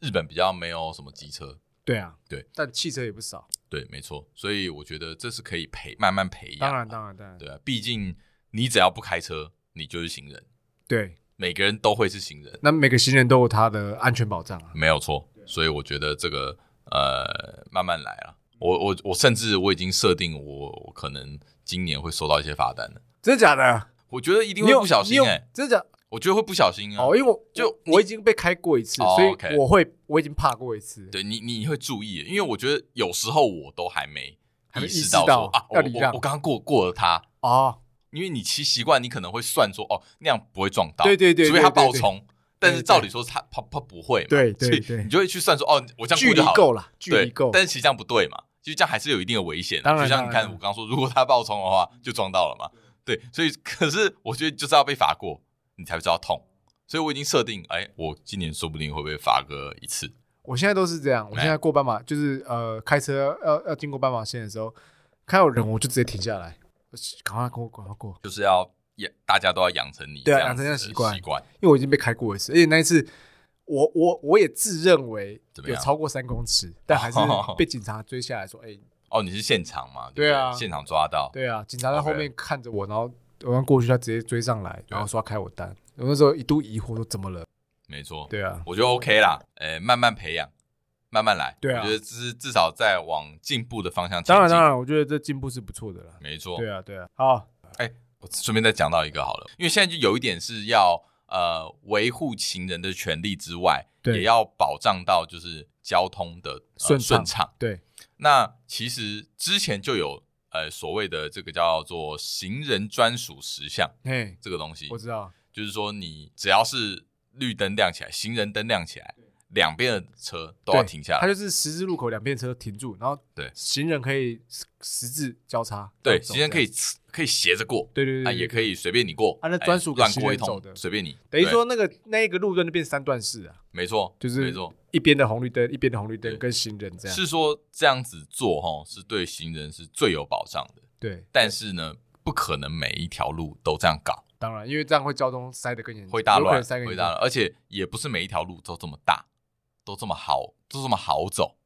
S1: 日本比较没有什么机车，
S2: 对啊，
S1: 对，
S2: 但汽车也不少，
S1: 对，没错，所以我觉得这是可以培慢慢培养。
S2: 当然，当然当然，
S1: 对啊，毕竟你只要不开车，你就是行人，
S2: 对，
S1: 每个人都会是行人。
S2: 那每个行人都有他的安全保障啊，
S1: 没有错，所以我觉得这个呃，慢慢来啊。我我我甚至我已经设定我我可能今年会收到一些罚单的，
S2: 真的假的？
S1: 我觉得一定
S2: 你
S1: 会
S2: 有
S1: 不小
S2: 你
S1: 心
S2: 有
S1: 哎、
S2: 真的假？
S1: 我觉得会不小心啊。
S2: 哦，因为我
S1: 就
S2: 我我已经被开过一次，
S1: 哦
S2: 所以
S1: OK
S2: 我会我已经怕过一次，
S1: 对你你会注意，因为我觉得有时候我都还没
S2: 还没
S1: 识
S2: 意识
S1: 到
S2: 到
S1: 说啊，我
S2: 要礼
S1: 我
S2: 让
S1: 我刚刚过过了他，
S2: 哦，
S1: 因为你骑习惯，你可能会算说哦那样不会撞到，
S2: 对对对
S1: 除非他
S2: 对对
S1: 爆
S2: 对
S1: 冲，但是
S2: 对对
S1: 照理说他他他不会嘛，
S2: 对
S1: *laughs*
S2: 对
S1: 所以
S2: 对
S1: 你就会去算说哦我这样
S2: 距
S1: 过就
S2: 离
S1: 好了，
S2: 够了，距
S1: 对，
S2: 离够，
S1: 但是其实这样不对嘛，其实这样还是有一定的危险。
S2: 当然
S1: 就像你
S2: 当然
S1: 看我刚刚说，如果他爆冲的话，就撞到了嘛。对，所以可是我觉得就是要被罚过，你才会知道痛。所以我已经设定，哎，我今年说不定会被罚个一次。
S2: 我现在都是这样，我现在过斑马就是呃开车要要经过斑马线的时候，看到人我就直接停下来，赶快过赶快过，
S1: 就是要也大家都要养成你
S2: 对啊
S1: 这样子
S2: 养成这
S1: 的
S2: 样的习惯
S1: 习惯。
S2: 因为我已经被开过一次，而且那一次我我我也自认为
S1: 怎么
S2: 有
S1: 样
S2: 超过三公尺，但还是被警察追下来说，哎、
S1: 哦，你是现场嘛？不
S2: 对啊
S1: 现场抓到。
S2: 对啊，警察在后
S1: OK
S2: 面看着
S1: *laughs*
S2: 我，然后我刚过去，他直接追上来，然后说要开我单，我那时候一度疑惑说怎么了，
S1: 没错。
S2: 对啊，
S1: 我觉得 OK 啦，呃，慢慢培养，慢慢来。
S2: 对啊
S1: 我觉得至至少在往进步的方向前进。
S2: 当然当然，我觉得这进步是不错的啦，
S1: 没错。
S2: 对啊对啊，好，
S1: 我顺便再讲到一个好了，因为现在就有一点是要呃维护行人的权利之外，
S2: 对
S1: 也要保障到就是交通的、呃
S2: 顺畅
S1: 顺畅。
S2: 对，
S1: 那其实之前就有呃所谓的这个叫做行人专属时项
S2: 嘿，
S1: 这个东西
S2: 我，知道，
S1: 就是说你只要是绿灯亮起来，行人灯亮起来，两边的车都要
S2: 对
S1: 停下
S2: 它
S1: 来。
S2: 就是十字路口两边车停住，然后
S1: 对
S2: 行人可以十十字交叉，
S1: 对，
S2: 这样走
S1: 行人可以可以斜着过，
S2: 对对对
S1: 啊，
S2: 对
S1: 也可以随便你过，
S2: 啊那
S1: 哎
S2: 专属给
S1: 乱
S2: 行
S1: 过一
S2: 人走
S1: 通，
S2: 的
S1: 随便你。
S2: 等于
S1: 对，
S2: 说那个那一个路段就变三段式啊，
S1: 没错，
S2: 就是
S1: 没错。
S2: 一边的红绿灯，一边的红绿灯
S1: 对
S2: 跟行人这样，
S1: 是说这样子做哈，是对行人是最有保障的。
S2: 对，
S1: 但是呢，不可能每一条路都这样搞，
S2: 当然，因为这样会交通塞得更严重，
S1: 会大
S2: 嗯有可
S1: 乱，
S2: 能塞更
S1: 会
S2: 严
S1: 大
S2: 重
S1: 乱，而且也不是每一条路都这么大，都这么好，都这么好走。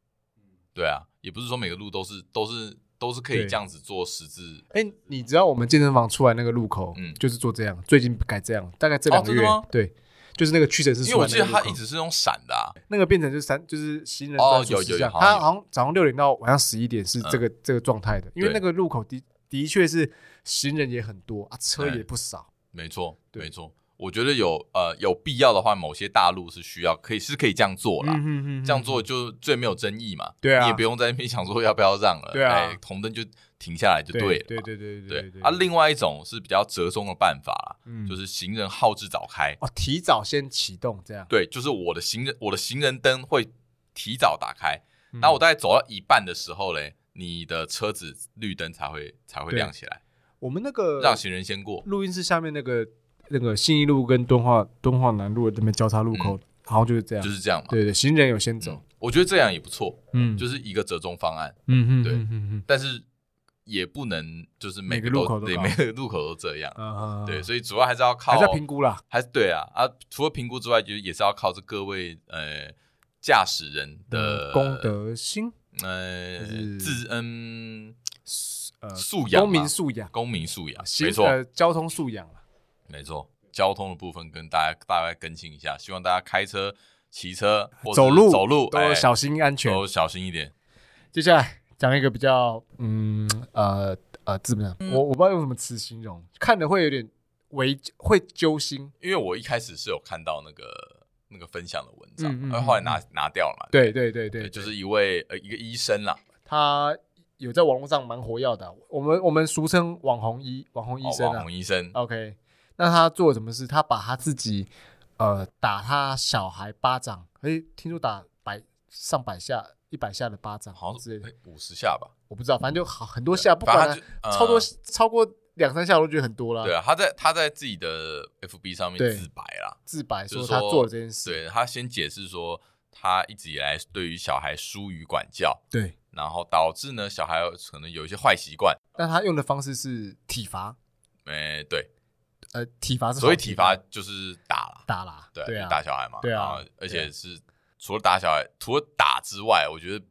S1: 对啊，也不是说每个路都是都是都是可以
S2: 对
S1: 这样子做十字。
S2: 哎、你知道我们健身房出来那个路口，
S1: 嗯
S2: 就是做这样，最近改这样，大概这两个
S1: 哦真
S2: 月，
S1: 的吗
S2: 对，就是那个屈臣氏
S1: 因为
S2: 出来
S1: 我
S2: 那
S1: 记
S2: 个
S1: 得
S2: 路口，
S1: 它一直是用闪的啊，
S2: 那个变成就是三，就是行人
S1: 哦
S2: 专属
S1: 有有
S2: 时
S1: 有
S2: 段
S1: 好像嗯
S2: 它
S1: 有
S2: 好像早上六点到晚上十一点是这个、这个状态的，因为
S1: 对
S2: 那个路口的的确是行人也很多啊，车也不少，
S1: 没错，
S2: 对
S1: 没错。我觉得有呃有必要的话，某些大路是需要可以是可以这样做啦。
S2: 嗯哼
S1: 这样做就最没有争议嘛，
S2: 对啊
S1: 你也不用在那边想说要不要让了，
S2: 对啊
S1: 哎红灯就停下来就
S2: 对
S1: 对了嘛，
S2: 对对对对对
S1: 对啊。另外一种是比较折中的办法啦，
S2: 嗯
S1: 就是行人好自早开，
S2: 哦，提早先启动这样，
S1: 对，就是我的行人我的行人灯会提早打开，
S2: 嗯
S1: 然后我大概走到一半的时候嘞，你的车子绿灯才会才会
S2: 对
S1: 亮起来，
S2: 我们那个
S1: 让行人先过。
S2: 录音室下面那个那个信义路跟敦化敦化南路这边交叉路口，好像就是这
S1: 嗯
S2: 样，
S1: 就是这样嘛，嗯
S2: 对对，行人有先走，
S1: 我觉得这样也不错，
S2: 嗯，
S1: 就是一个折中方案，
S2: 嗯嗯
S1: 对
S2: 嗯嗯
S1: 但是也不能就是每
S2: 每
S1: 个
S2: 个
S1: 都
S2: 路口都
S1: 对
S2: 搞
S1: 每个路口都这样，
S2: 嗯，
S1: 对，
S2: 以
S1: 所以主要还是要靠
S2: 还是要评估啦，
S1: 还是对啊啊，除了评估之外，就也是要靠这各位呃驾驶人的
S2: 嗯功德心，
S1: 呃
S2: 就是
S1: 自嗯
S2: 呃，
S1: 素养嘛，
S2: 公民素养，
S1: 公民素养，
S2: 行
S1: 没错、
S2: 呃，交通素养啦，
S1: 没错。交通的部分跟大家大概更新一下，希望大家开车、骑车或者
S2: 走路
S1: 走路
S2: 都
S1: 哎
S2: 小心安全。
S1: 都小心一点。
S2: 接下来讲一个比较，嗯呃呃，怎么样？
S1: 嗯
S2: 我我不知道用什么词形容，看的会有点为会揪心。
S1: 因为我一开始是有看到那个那个分享的文章，
S2: 嗯嗯
S1: 然后后来拿拿掉了嘛。
S2: 对对对对，
S1: 对，就是一位呃一个医生啦，
S2: 他有在网络上蛮活跃的啊，我们我们俗称网红医网红医生
S1: 哦
S2: 啊
S1: 网。红医生，
S2: OK，那他做了什么事？他把他自己呃打他小孩巴掌，哎，听说打百上百下、一百下的巴掌，
S1: 好像
S2: 之类的，
S1: 是哎五十下吧，
S2: 我不知道，反正就好很多下，不
S1: 反
S2: 管
S1: 正
S2: 了、
S1: 他就
S2: 超多、
S1: 呃
S2: 超过两三下我都觉得很多啦。
S1: 对啊，他在他在自己的 FB 上面
S2: 对
S1: 自白啦，
S2: 自白
S1: 就是
S2: 说他
S1: 说
S2: 做了这件事，
S1: 对他先解释说，他一直以来对于小孩疏于管教，
S2: 对，
S1: 然后导致呢小孩可能有一些坏习惯，
S2: 但他用的方式是体罚，
S1: 哎、对，
S2: 呃，体罚是
S1: 所以
S2: 好
S1: 体罚就是打啦，
S2: 打啦，
S1: 对，
S2: 对
S1: 就
S2: 啊，
S1: 打小孩嘛，
S2: 对啊
S1: 然后而
S2: 对啊
S1: 且是除了打小孩，除了打之外，我觉得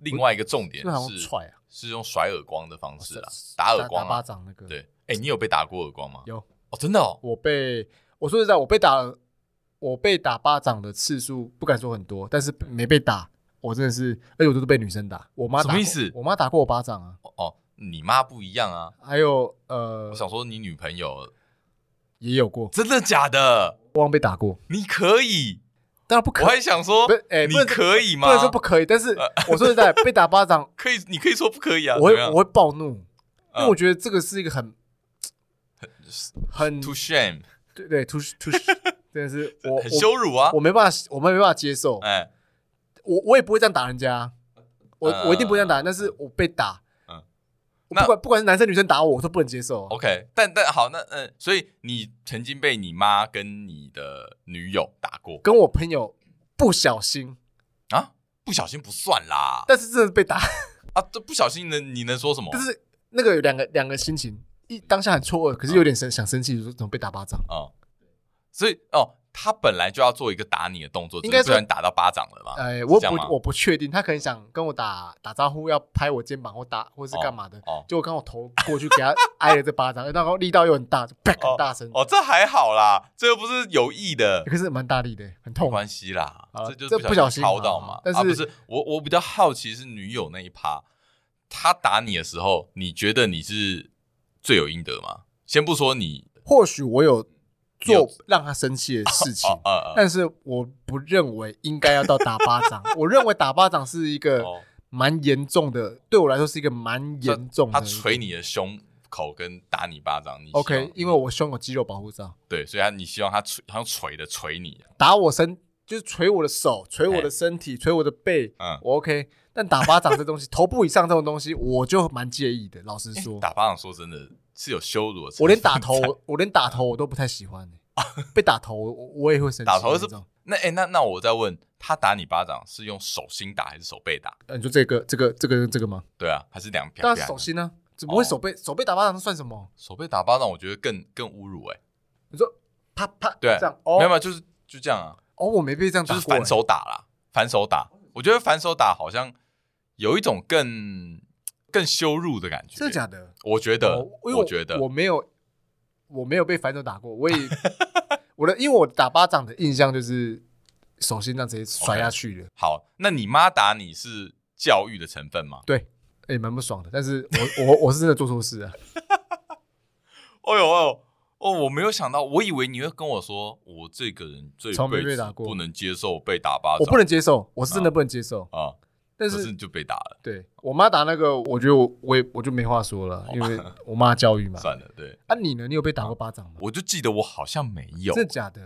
S1: 另外一个重点
S2: 就好像
S1: 是
S2: 踹啊，
S1: 是用甩耳光的方式啦，打
S2: 打
S1: 耳光
S2: 打巴
S1: 啊，
S2: 掌那个，
S1: 对，哎、你有被打过耳光吗？
S2: 有
S1: 哦，真的哦，
S2: 我被我说实在，我被打，我被打巴掌的次数不敢说很多，但是没被打，我真的是，而且我都是被女生打，我妈打过
S1: 什么意思
S2: 我妈打过我巴掌啊，
S1: 哦，你妈不一样啊，
S2: 还有呃
S1: 我，想说你女朋友
S2: 也有过，
S1: 真的假的？
S2: 我忘被打过，
S1: 你可以，
S2: 当然不
S1: 我
S2: 可以，
S1: 还想说，
S2: 不是哎
S1: 你
S2: 不能
S1: 可以
S2: 不
S1: 吗？
S2: 能说不可以，但是我说实在，被打
S1: *laughs*
S2: 巴掌，
S1: 可以，你可以说不可以啊。
S2: 我会
S1: 怎么样
S2: 我会暴怒，因为
S1: 嗯
S2: 我觉得这个是一个很很
S1: to shame，
S2: 对对 too
S1: *laughs*
S2: too，真的是我
S1: 很羞
S2: 我
S1: 辱啊
S2: 我。没办法，我们没办法接受，
S1: 哎，
S2: 我我也不会这样打人家啊，我、
S1: 呃
S2: 我一定不会这样打，但是我被打，
S1: 嗯
S2: 我
S1: 那哦
S2: 不管不管是男生女生打我，我都不能接受。
S1: OK，但但好，那嗯，所以你曾经被你妈跟你的女友打过
S2: 跟我朋友不小心，
S1: 啊？不小心不算啦，
S2: 但是真的被打， *laughs*
S1: 啊，这不小心能你能说什么？
S2: 但是那个有两个两个心情，一当下很错愕，可是有点生、想生气，说怎么被打巴掌？
S1: 嗯啊，所以哦，他本来就要做一个打你的动作，
S2: 应该
S1: 只是不
S2: 说
S1: 然打到巴掌了嘛。
S2: 哎、
S1: 是
S2: 我
S1: 这样
S2: 不
S1: 吗
S2: 我不确定，他可能想跟我打打招呼，要拍我肩膀或打或是干嘛的，
S1: 哦
S2: 结果刚好头过去给他挨了这巴掌，然后力道又很大，就啪很大声，
S1: 哦，这还好啦，这又不是有意的。
S2: 可是蛮大力的，很
S1: 没
S2: 痛。
S1: 关系啦，
S2: 啊
S1: 就
S2: 这
S1: 是
S2: 不
S1: 小
S2: 小心
S1: 敲到
S2: 嘛
S1: 嘛。
S2: 但
S1: 啊、
S2: 是
S1: 不是我，我比较好奇是女友那一趴，她打你的时候，你觉得你是罪有应得吗？先不说你
S2: 或许我有
S1: 有
S2: 做让他生气的事情
S1: 哦，呃呃
S2: 但是我不认为应该要到打巴掌。我认为打巴掌是一个
S1: 哦，
S2: 蛮严重的，对我来说是一个蛮严重的
S1: 他。捶你的胸口跟打你巴掌，你希望
S2: OK，因为我胸有肌肉保护罩，
S1: 对，所以他你希望他捶，他用捶的捶你，
S2: 打我身就是捶我的手、捶我
S1: 哎
S2: 的身体、捶我的背，
S1: 嗯，
S2: 我 OK。但打巴掌这东西，头部以上这种东西，我就蛮介意的。老实说，
S1: 哎打巴掌说真的是有羞辱的成分在，
S2: 我连打头，我我连打头我都不太喜欢、欸被打头我我也会生气。
S1: 啊打头是
S2: 那种
S1: 那哎、那那我再问，他打你巴掌是用手心打还是手背打？
S2: 嗯，就这个这个这个这个吗？
S1: 对啊，还是两边？哦
S2: 当然手心呢、怎么会手背、手背打巴掌算什么？
S1: 手背打巴掌，我觉得更更侮辱哎、
S2: 你说啪啪，
S1: 对
S2: 这样
S1: 没有
S2: 哦
S1: 没有，就是就这样啊，
S2: 哦，我没被这样
S1: 就
S2: 打
S1: 是
S2: 过欸，
S1: 反手打啦，反手打。我觉得反手打好像有一种更更羞辱的感觉，
S2: 真的假的？
S1: 我觉得，
S2: 哦因为
S1: 我觉得，
S2: 我没有，我没有被反手打过，我也我的，因为我打巴掌的印象就是手心这样直接甩下去的，
S1: 好，那你妈打你是教育的成分吗？
S2: 对，也、蛮不爽的。但是我我我是真的做错事啊，
S1: 哦呦哦呦，哦，我没有想到，我以为你会跟我说，我这个人这
S2: 从没
S1: 辈
S2: 被打
S1: 子
S2: 过
S1: 不能接受被打巴掌，
S2: 我不能接受，我是真的不能接受。
S1: 啊，
S2: 但
S1: 可
S2: 是
S1: 是你就被打了，
S2: 对我妈打那个，我觉得我我也我就没话说了，因为我妈教育嘛。
S1: 算了，对，
S2: 啊，你呢？你有被打过巴掌吗？
S1: 我就记得我好像没有，
S2: 真的假的？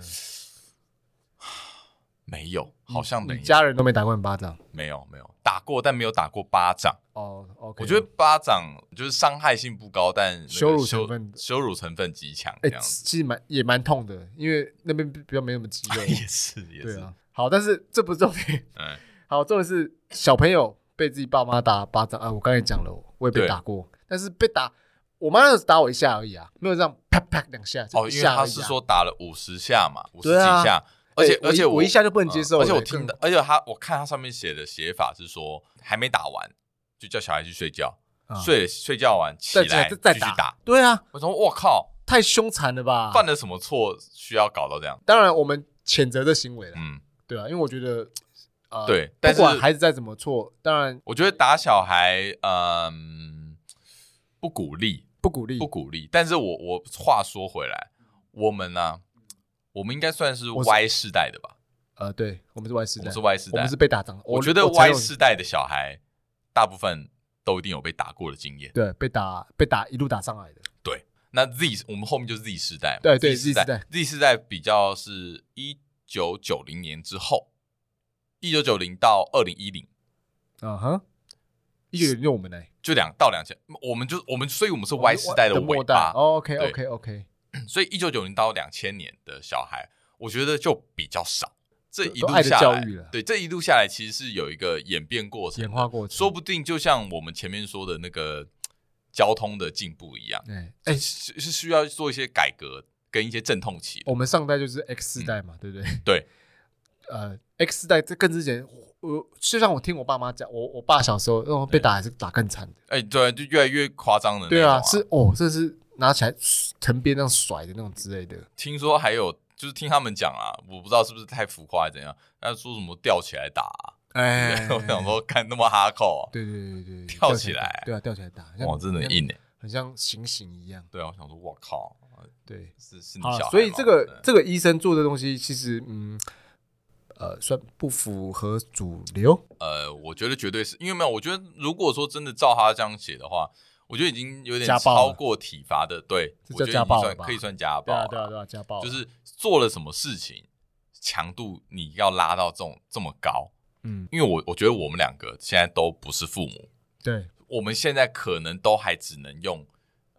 S1: 没有，好像没
S2: 你
S1: 有，
S2: 家人都没打过你巴掌？
S1: 没有，没有打过，但没有打过巴掌。
S2: 哦，OK。
S1: 我觉得巴掌就是伤害性不高，但那个
S2: 羞辱
S1: 羞
S2: 成分
S1: 羞辱成分极强，这
S2: 哎、
S1: 样子、
S2: 其实蛮也蛮痛的，因为那边比较没那么肌
S1: *laughs*
S2: 肉。
S1: 也是哎也
S2: 对
S1: 是，
S2: 啊，好，但是这不是重点。
S1: 嗯，
S2: 好，重点是小朋友被自己爸妈打巴掌啊，我刚才讲了，我也被
S1: 对
S2: 打过，但是被打，我妈那时候打我一下而已啊，没有这样啪啪两下。就
S1: 哦，
S2: 一
S1: 因为
S2: 下
S1: 他
S2: 而已
S1: 是
S2: 啊
S1: 说打了五十下嘛，五十
S2: 对
S1: 几
S2: 啊
S1: 下，而且
S2: 哎
S1: 而且
S2: 我一我一下就不能接受了
S1: 而且我
S2: 哎
S1: 听
S2: 更
S1: 的，而且他我看他上面写的写法是说还没打完就叫小孩去睡觉，
S2: 啊
S1: 睡睡觉完起
S2: 再
S1: 来
S2: 再再
S1: 继续
S2: 打啊
S1: 打。，
S2: 对啊，
S1: 我说我靠，
S2: 太凶残了吧？
S1: 犯了什么错需要搞到这样？
S2: 当然我们谴责这行为了，
S1: 嗯，
S2: 对啊，因为我觉得，呃，
S1: 对，但
S2: 不
S1: 是
S2: 管孩子再怎么错，当然
S1: 我觉得打小孩，嗯，不鼓励，
S2: 不鼓励
S1: 不。鼓励。但是我我话说回来，我们呢、我们应该算是
S2: 我是
S1: Y 世代的吧？
S2: 呃，对我们是 Y 世
S1: 我
S2: 代
S1: 们是，Y 世
S2: 我
S1: 代
S2: 们是，被打长的。
S1: 我觉得
S2: 我才
S1: Y
S2: 有
S1: 世代的小孩大部分都一定有被打过的经验。
S2: 对被打被打一路打上来的，
S1: 对，那 Z 我们后面就是 Z 世代嘛，
S2: 对对
S1: Z 世
S2: Z 世代
S1: 代，Z 世代比较是一九九零年之后，一九九零到二零一零，
S2: 嗯哼，一九九六我们呢，
S1: 就两到两千，我们就我们，所以我们是 Y 世代
S2: 的
S1: 尾
S2: 末
S1: 巴
S2: 代。OK 哦
S1: 对
S2: OK OK，
S1: 所以一九九零到两千年的小孩，我觉得就比较少。这一
S2: 都
S1: 路
S2: 爱的
S1: 下
S2: 教
S1: 来
S2: 育了，
S1: 对这一路下来，其实是有一个演变过程的，
S2: 演化过程
S1: 说不定就像我们前面说的那个交通的进步一样，
S2: 哎
S1: 哎，
S2: 哎，
S1: 是是需要做一些改革跟一些阵痛期的。
S2: 我们上代就是 X 世代嘛，对不对？
S1: 嗯对，
S2: *laughs* 呃，X 世代这更之前，我就像我听我爸妈讲，我我爸小时候那种被打还是打更惨的，
S1: 哎，对，就越来越夸张的那种、
S2: 对啊，是哦，这是拿起来藤鞭这样甩的那种之类的，
S1: 听说还有，就是听他们讲啊，我不知道是不是太浮夸还是怎样，他说什么吊起来打、啊，*laughs*
S2: 哎
S1: *laughs* 我想说，看那么哈扣、啊，
S2: 对对对对，对
S1: 跳起来
S2: 对啊，吊起来打，很像
S1: 哇，真的很，硬哎、
S2: 很像行刑一样，
S1: 对啊，我想说，我靠，
S2: 对。
S1: 是是你
S2: 好
S1: 小孩
S2: 啦
S1: 吗，
S2: 所以这个
S1: 嗯
S2: 这个医生做的东西，其实嗯，呃，算不符合主流。
S1: 呃，我觉得绝对是因为没有，我觉得如果说真的照他这样写的话，我觉得已经有点
S2: 家暴
S1: 超
S2: 了
S1: 过体罚的，对，
S2: 这
S1: 我
S2: 叫
S1: 觉
S2: 家
S1: 得已经
S2: 暴了
S1: 算
S2: 吧
S1: 可以算家暴
S2: 对
S1: 了，
S2: 啊，对啊，对啊，家暴
S1: 就是做了什么事情，强度你要拉到这种这么高，
S2: 嗯，
S1: 因为我我觉得我们两个现在都不是父母，
S2: 对，
S1: 我们现在可能都还只能用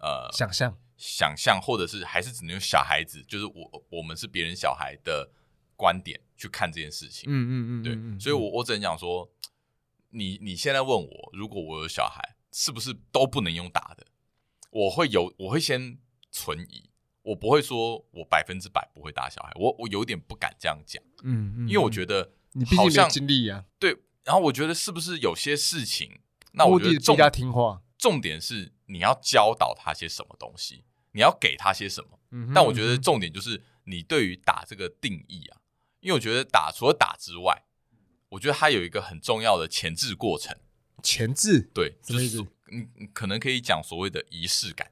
S1: 呃
S2: 想象
S1: 想象，或者是还是只能用小孩子，就是我我们是别人小孩的观点去看这件事情，
S2: 嗯嗯嗯，
S1: 对，
S2: 嗯
S1: 所以我我只能讲说，你你现在问我，如果我有小孩，是不是都不能用打的？我会有，我会先存疑，我不会说我百分之百不会打小孩，我我有点不敢这样讲，
S2: 嗯嗯，
S1: 因为我觉得
S2: 你毕竟
S1: 好
S2: 没
S1: 像
S2: 经历啊，
S1: 对，然后我觉得是不是有些事情，那
S2: 目
S1: 我觉得
S2: 的是逼
S1: 重
S2: 他听话。
S1: 重点是你要教导他些什么东西，你要给他些什么。
S2: 嗯哼，
S1: 但我觉得
S2: 嗯哼
S1: 重点就是你对于打这个定义啊，因为我觉得打除了打之外，我觉得它有一个很重要的前置过程，
S2: 前置，
S1: 对，就
S2: 什么
S1: 是
S2: 意思
S1: 说你你可能可以讲所谓的仪式感，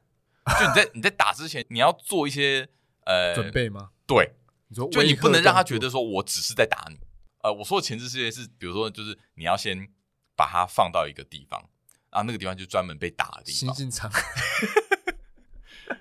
S1: 就你在你在打之前，你要做一些呃
S2: 准，备吗？
S1: 对，
S2: 你说
S1: 就
S2: 威
S1: 你
S2: 吓
S1: 不能让他
S2: 动
S1: 觉
S2: 作
S1: 得说我只是在打你。呃，我说的前置事件是，比如说就是你要先把它放到一个地方，然后那个地方就专门被打的地
S2: 行
S1: 方，
S2: 进场，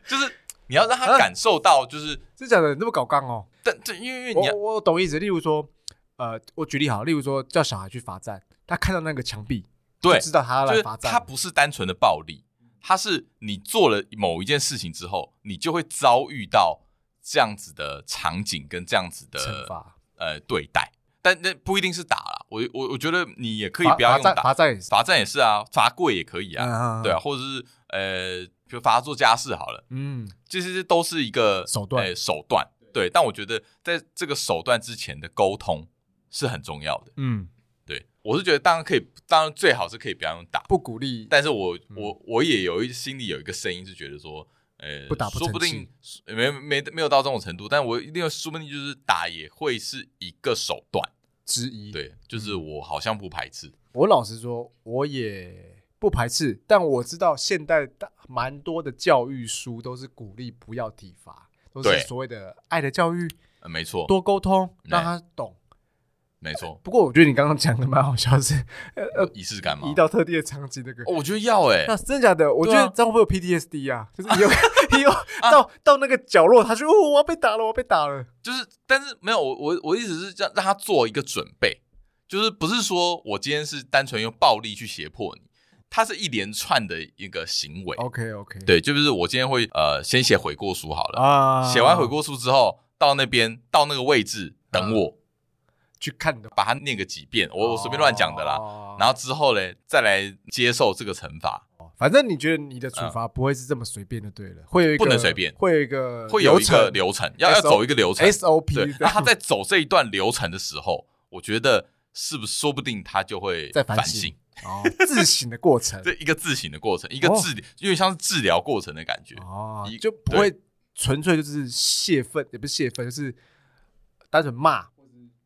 S1: 就是你要让他
S2: 啊
S1: 感受到，就是
S2: 这讲的那么搞刚哦。
S1: 但这因为因为你要
S2: 我我懂意思，例如说，呃，我举例好，例如说叫小孩去罚站，他看到那个墙壁，
S1: 对
S2: 就知道他要
S1: 就
S2: 来
S1: 是
S2: 罚站
S1: 它
S2: 了，
S1: 不是单纯的暴力，它是你做了某一件事情之后，你就会遭遇到这样子的场景跟这样子
S2: 惩
S1: 的
S2: 罚，
S1: 呃对待，但那不一定是打啦，我我我觉得你也可以
S2: 罚
S1: 不要
S2: 罚
S1: 用
S2: 站，
S1: 打，
S2: 罚站也是
S1: 罚站也是啊，罚跪也可以啊，
S2: 啊
S1: 对啊，，或者是呃比如把它做家事好了，
S2: 嗯，
S1: 这些都是一个
S2: 手段
S1: 哎手段对。但我觉得在这个手段之前的沟通是很重要的。
S2: 嗯，
S1: 对我是觉得，当然可以，当然最好是可以不要用打，
S2: 不鼓励，
S1: 但是我
S2: 嗯
S1: 我我也有一心里有一个声音是觉得说，呃，
S2: 不打不
S1: 说不
S2: 成
S1: 定呃没没没有到这种程度，但我一定有说不定就是打也会是一个手段，
S2: 之一。，嗯
S1: 对，就是我好像不排斥，
S2: 我老实说，我也不排斥，但我知道现代大蛮多的教育书都是鼓励不要体罚，都
S1: 对
S2: 是所谓的爱的教育，
S1: 呃、没错，
S2: 多沟通，
S1: 对
S2: 让他懂。
S1: 没错，
S2: 不过我觉得你刚刚讲的蛮好笑，是
S1: *laughs*
S2: 呃呃，
S1: 仪式感嘛
S2: 移，到特定的场景那个。
S1: 嗯哦，我觉得要哎、
S2: 那真的假的？我觉
S1: 对啊啊
S2: 得这样会不会有
S1: *laughs*
S2: PTSD 啊？就是以后 *laughs* 以后到到那个角落，他就哦，我要被打了，我要被打了。
S1: 就是但是没有我我我意思是让让他做一个准备，就是不是说我今天是单纯用暴力去胁迫你，它是一连串的一个行为，
S2: OK OK，
S1: 对，就是我今天会呃先写悔过书好了。
S2: 啊，
S1: 写完悔过书之后，到那边到那个位置等
S2: 嗯
S1: 我，
S2: 去看的，
S1: 把它念个几遍，我我随便乱讲的啦。
S2: 哦
S1: 然后之后嘞，再来接受这个惩罚，
S2: 反正你觉得你的处罚不会是这么随便就对了，会有一
S1: 嗯
S2: 个
S1: 不能随便
S2: 会有一个
S1: 会有一个
S2: 呃程
S1: 流程，要
S2: SO
S1: 要走一个流程。对
S2: SOP，，
S1: 那他在走这一段流程的时候，我觉得是不是说不定他就会
S2: 在
S1: 反
S2: 反省，哦自省的过
S1: *laughs*
S2: 程
S1: 这一个自省的过程，一个
S2: 哦
S1: 治，因为像是治疗过程的感觉。
S2: 哦
S1: 一，
S2: 就不会纯粹就是泄愤，也不是泄愤，就是单纯骂。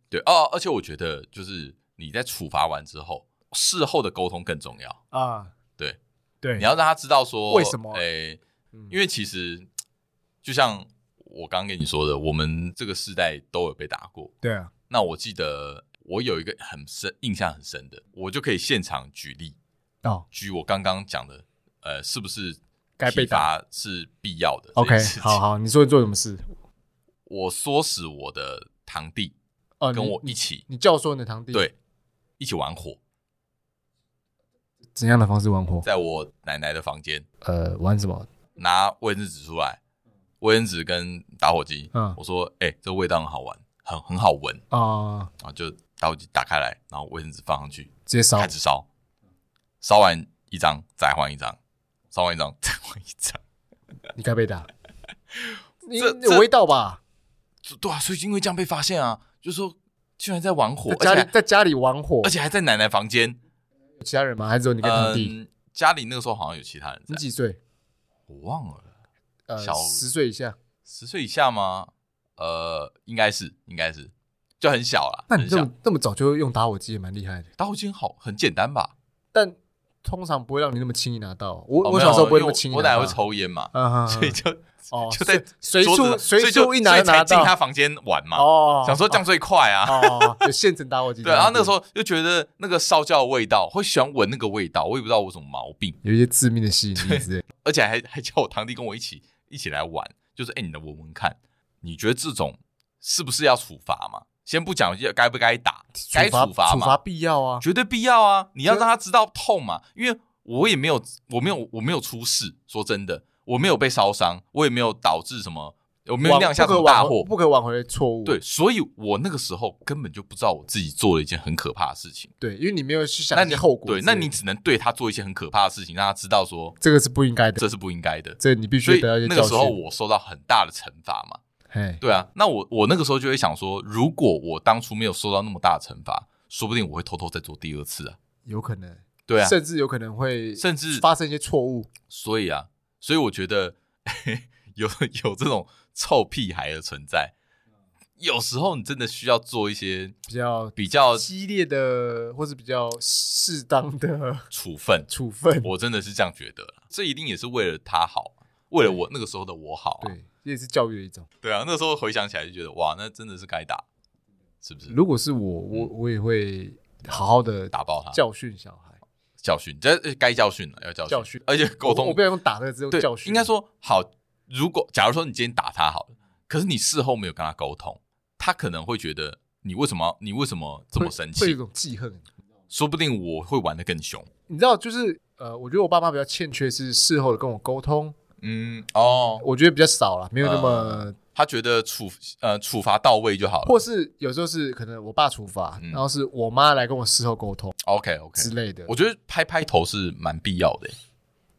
S1: 对哦，而且我觉得就是你在处罚完之后，事后的沟通更重要。
S2: 啊，
S1: 对
S2: 对，
S1: 你要让他知道说
S2: 嗯
S1: 哎
S2: 为什么
S1: 诶、
S2: 嗯
S1: 因为其实就像我刚刚跟你说的，我们这个世代都有被打过。
S2: 对啊，
S1: 那我记得我有一个很深印象很深的，我就可以现场举例，
S2: 哦，
S1: 举我刚刚讲的，呃，是不是
S2: 该被
S1: 体罚是必要的
S2: OK，
S1: 这件事情
S2: 好好，你说你做什么事？
S1: 我唆使我的堂弟
S2: 哦，
S1: 跟
S2: 你
S1: 我一起、
S2: 你教唆你的堂弟，，
S1: 对一起玩火，
S2: 怎样的方式玩火？
S1: 在我奶奶的房间
S2: 呃，玩什么？
S1: 拿卫生纸出来，卫生纸跟打火机，
S2: 嗯
S1: 我说，哎、这味道很好玩，很很好闻，
S2: 啊，
S1: 然后就打火机打开来，然后卫生纸放上去，
S2: 直接烧
S1: 开始烧，烧完一张再换一张，烧完一张再换一张，
S2: 你该
S1: *laughs*
S2: 被打。你
S1: 这
S2: 有味道吧？
S1: 就对啊，所以因为这样被发现啊，就说居然在玩火
S2: 在，
S1: 而且
S2: 家里
S1: 还
S2: 在家里玩火
S1: 而，且还在奶奶房间，
S2: 有其他人吗？还是只有你跟堂弟？
S1: 嗯，家里那个时候好像有其他人在
S2: 你，几岁？
S1: 我忘了
S2: 呃，
S1: 小
S2: 十岁以下。
S1: 十岁以下吗？呃，应该是应该是，就很小啦，
S2: 那你
S1: 很
S2: 这
S1: 小
S2: 么。这么早就用打火机也蛮厉害的，
S1: 打火机很好，很简单吧？
S2: 但通常不会让你那么轻易拿到。我、
S1: 哦
S2: 我
S1: 没
S2: 小
S1: 有
S2: 时候不会
S1: 因
S2: 那
S1: 为
S2: 么轻易
S1: 我我
S2: 拿
S1: 奶
S2: 到，
S1: 会抽烟嘛，*laughs*
S2: 啊，
S1: 所以就
S2: 哦，
S1: 就在
S2: 随
S1: 桌子
S2: 处
S1: 上
S2: 随
S1: 所以
S2: 处
S1: 就
S2: 一拿
S1: 所
S2: 就
S1: 以才
S2: 拿
S1: 进他
S2: 到。
S1: 房间玩嘛，
S2: 哦，
S1: 想说这样最快 *laughs* 啊。
S2: 哦，有现成打火机。
S1: 对，然后那个时候就觉得那个烧焦的味道，会喜欢闻那个味道，我也不知道我有什么毛病，
S2: 有一些致命的吸引力之类。
S1: 而且还还叫我堂弟跟我一起一起来玩，就是哎，你能闻闻看，你觉得这种是不是要处罚嘛？先不讲要该不该打，该处罚
S2: 处罚
S1: 嘛，
S2: 必要啊。
S1: 绝对必要啊！你要让他知道痛嘛，因为我也没有，我没有，我没有出事。说真的，我没有被烧伤，我也没有导致什么，我没有酿下什
S2: 不可
S1: 么
S2: 挽
S1: 大
S2: 回
S1: 祸。
S2: 不可挽回的错误。
S1: 对，所以我那个时候根本就不知道我自己做了一件很可怕的事情。
S2: 对，因为你没有去想
S1: 那
S2: 一
S1: 你
S2: 些后果
S1: 对，
S2: 之类的。
S1: 那你只能对他做一些很可怕的事情，让他知道说
S2: 这个是不应该的，
S1: 这是不应该的。
S2: 这你必
S1: 所
S2: 须
S1: 以
S2: 得到一些
S1: 那
S2: 教
S1: 个时
S2: 训。
S1: 候我受到很大的惩罚嘛。
S2: 嘿，
S1: 对啊，那我我那个时候就会想说，如果我当初没有受到那么大的惩罚，说不定我会偷偷再做第二次啊。
S2: 有可能，
S1: 对啊，
S2: 甚至有可能会
S1: 甚至
S2: 发生一些错误。
S1: 所以啊，所以我觉得 *laughs* 有有这种臭屁孩的存在，有时候你真的需要做一些
S2: 比较
S1: 比较
S2: 激烈的，或是比较适当的
S1: 处分。
S2: 处 *laughs* 分。
S1: 我真的是这样觉得啦，这一定也是为了他好，为了我那个时候的我好、啊。
S2: 对，这也是教育的一种。
S1: 对啊，那时候回想起来就觉得哇，那真的是该打，是不是？
S2: 如果是我，我我也会好好的
S1: 嗯打爆他，
S2: 教训小孩。
S1: 教训，这呃该教训了，要教训，
S2: 教训
S1: 而且沟
S2: 我
S1: 通
S2: 我不要用打这个字，用
S1: 对
S2: 教，训。
S1: 应该说好。如果假如说你今天打他好了，可是你事后没有跟他沟通，他可能会觉得你为什么你为什么这
S2: 会
S1: 么生
S2: 会
S1: 气
S2: 有一？种记恨。
S1: 说不定我会玩的更凶。
S2: 你知道，就是呃，我觉得我爸妈比较欠缺是事后的跟我沟通，
S1: 嗯，哦，
S2: 我觉得比较少了，没有那么，
S1: 呃他觉得处呃处罚到位就好了。
S2: 或是有时候是可能我爸处罚，
S1: 嗯哎
S2: 然后是我妈来跟我事后沟通
S1: OK OK，
S2: 之类的。
S1: 我觉得拍拍头是蛮必要的。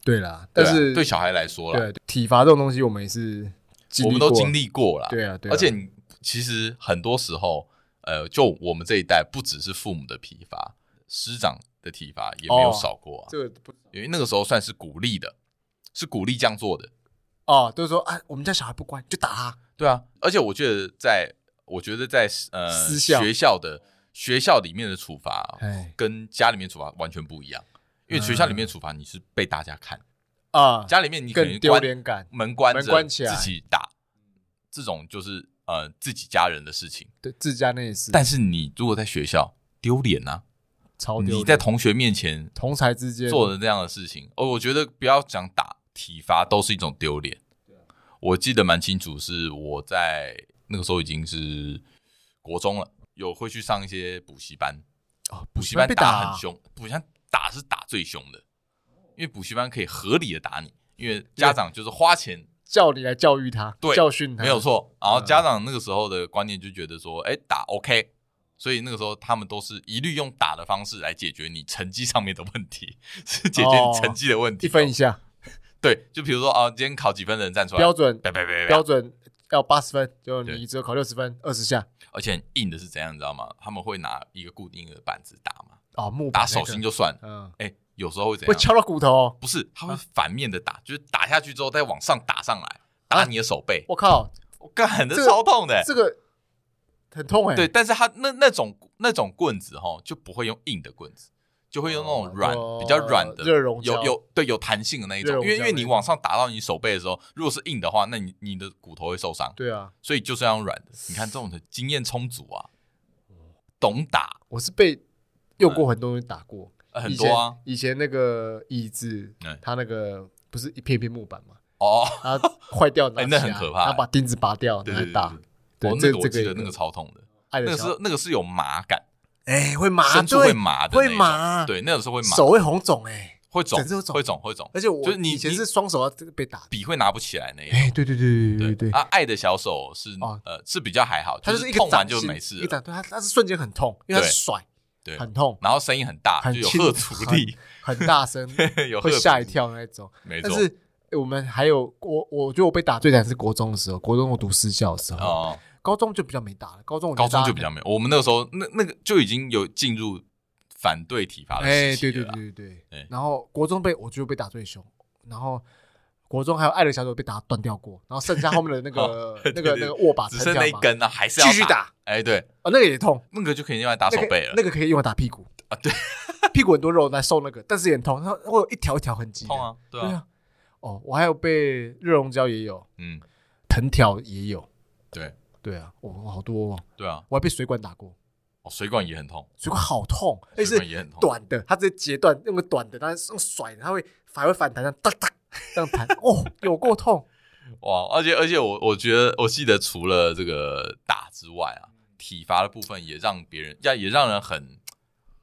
S2: 对啦，
S1: 对
S2: 但
S1: 啊
S2: 是
S1: 对小孩来说啦，
S2: 对体罚这种东西，我们也是经历
S1: 我们都
S2: 过
S1: 经历过啦。
S2: 对啊，对啊，
S1: 而且你其实很多时候，呃，就我们这一代，不只是父母的体罚，师长的体罚也没有
S2: 哦
S1: 少过啊，
S2: 这个不
S1: 因为那个时候算是鼓励的，是鼓励这样做的。
S2: 哦，都是说啊，我们家小孩不乖就打他，
S1: 对啊，而且我觉得在，我觉得在呃
S2: 私校
S1: 学校的学校里面的处罚，
S2: 哎
S1: 跟家里面处罚完全不一样。因
S2: 嗯
S1: 为学校里面处罚你是被大家看，
S2: 啊，
S1: 家里面你可能
S2: 更丢
S1: 关
S2: 脸感。
S1: 门关着
S2: 门关起来
S1: 自己打，这种就是呃自己家人的事情。
S2: 对，自家那也是，
S1: 但是你如果在学校丢脸呐，
S2: 超哦丢脸
S1: 你在同学面前
S2: 同才之间
S1: 做的这样的事情，哦，我觉得不要讲打体罚都是一种丢脸。我记得蛮清楚，是我在那个时候已经是国中了，有会去上一些补习班，
S2: 哦
S1: 补
S2: 补
S1: 习班
S2: 被
S1: 打
S2: 打啊
S1: 很，凶，补习班打是打最凶的，因为补习班可以合理的打你，因为
S2: 因
S1: 家
S2: 为
S1: 长就是花钱
S2: 叫你来教育他，
S1: 对
S2: 教训他，
S1: 没有。错。然后
S2: 嗯
S1: 家长那个时候的观念就觉得说，哎、打 OK，所以那个时候他们都是一律用打的方式来解决你成绩上面的问题， *laughs* 是解决
S2: 哦
S1: 你成绩的问题、
S2: 一分以下
S1: 对，就比如说啊，今天考几分的人站出来，
S2: 标准
S1: 别别别别，
S2: 标准要八十分，就
S1: 啊对
S2: 你只有考六十分，二十下
S1: 而且很硬的是怎样，你知道吗？他们会拿一个固定的板子打嘛，
S2: 哦，木板
S1: 打
S2: 那
S1: 手
S2: 个
S1: 心，就算了，
S2: 嗯，
S1: 哎、有时候会怎
S2: 会
S1: 样？
S2: 敲到骨头哦。
S1: 不是，他会反面的打，就是打下去之后再往上打上来，打你的手背，
S2: 啊我靠，
S1: 我干，这
S2: 这个
S1: 超痛的、
S2: 这个很痛哎。
S1: 哎对，，但是他那那种那种棍子哈，就不会用硬的棍子，就会用那种
S2: 哦
S1: 软、
S2: 就
S1: 比较软的，
S2: 热熔胶
S1: 有有对有弹性的那一种
S2: 热。熔
S1: 因为因
S2: 胶
S1: 为
S2: 那
S1: 你
S2: 一
S1: 往上打到你手背的时候，如果是硬的话，那你你的骨头会受伤，
S2: 对啊，
S1: 所以就是要用软的。你看这种的经验充足啊，懂打
S2: 我是被用过很多人打过，
S1: 呃很
S2: 以
S1: 多
S2: 前
S1: 啊。
S2: 以前那个椅子
S1: 嗯，
S2: 它那个不是一片一片木板嘛，
S1: 哦，
S2: 它坏掉拿
S1: 哎
S2: 起
S1: 那
S2: 来，
S1: 很可怕
S2: 然后把钉子拔掉，
S1: 对
S2: 拿
S1: 对
S2: 来
S1: 对
S2: 打。
S1: 哦
S2: 对，，
S1: 那
S2: 这
S1: 个我记
S2: 这
S1: 得
S2: 一
S1: 那个超痛的，
S2: 爱
S1: 那
S2: 的
S1: 个
S2: 小
S1: 是那个是有麻感，
S2: 哎会麻，
S1: 深处
S2: 对
S1: 会麻的那
S2: 会
S1: 一种，
S2: 麻
S1: 对，那个是会麻，
S2: 手会红肿哎，
S1: 会肿
S2: 整只，会
S1: 会肿，会肿，
S2: 而且我
S1: 就是你
S2: 以前
S1: 你
S2: 是双手要这个被打的。
S1: 笔会拿不起来那一种。
S2: 哎，对对对对对对，
S1: 啊，爱的小手是、
S2: 哦
S1: 呃是比较还好，
S2: 它
S1: 就是
S2: 一个
S1: 痛完
S2: 掌
S1: 就
S2: 心
S1: 没事
S2: 一个
S1: 了，
S2: 掌对它它是瞬间很痛，因为它是甩，
S1: 对，
S2: 很痛，
S1: 然后声音很大，
S2: 很
S1: 就有
S2: 轻
S1: 喝阻力， *laughs*
S2: 很大声，
S1: 有喝
S2: 会吓一
S1: 阻力，
S2: 跳那种。
S1: 没错
S2: 但是哎我们还有我，我觉得我被打最惨是国中的时候，国中我读私校的时候，
S1: 哦，
S2: 高中就比较没打了，高中我觉
S1: 高
S2: 得
S1: 中
S2: 大家
S1: 就比较没有，我们那个时候那那个就已经有进入反对体罚的
S2: 哎，
S1: 时期
S2: 对对
S1: 了啦，
S2: 对对对
S1: 哎，
S2: 然后国中被我觉得被打最凶，然后。国中还有爱的小手被打断掉过，然后剩下后面的那
S1: *laughs* 哦
S2: 个、
S1: 对
S2: 那
S1: 对
S2: 个、
S1: 对
S2: 那个握把
S1: 只
S2: 撑
S1: 剩
S2: 掉
S1: 那一
S2: 嘛，
S1: 根呢、还是
S2: 继
S1: 要
S2: 续，打，
S1: 哎，对，
S2: 哦，那个也痛，
S1: 那个就可以用来打手背了，
S2: 那个可以用来打屁股
S1: 啊对，
S2: *laughs* 屁股很多肉，来受那个，但是也很痛，它会有一条一条痕迹。
S1: 痛！啊，对
S2: 对
S1: 啊，
S2: 啊。哦，我还有被热熔胶也有，
S1: 嗯，
S2: 藤条也有。
S1: 对
S2: 对啊，我、我好多、哦，
S1: 对啊，
S2: 我还被水管打过，
S1: 哦，水管也很痛，
S2: 水管好痛，而且
S1: 水管
S2: 是
S1: 也很痛，
S2: 短的，它直接截断，用个短的，它是用甩的，它会反会反弹，这样哒哒这样弹，哦， *laughs* 有够痛。
S1: 哇，而且而且我我觉得我记得除了这个打之外啊，
S2: 嗯
S1: 体罚的部分也让别人要也让人很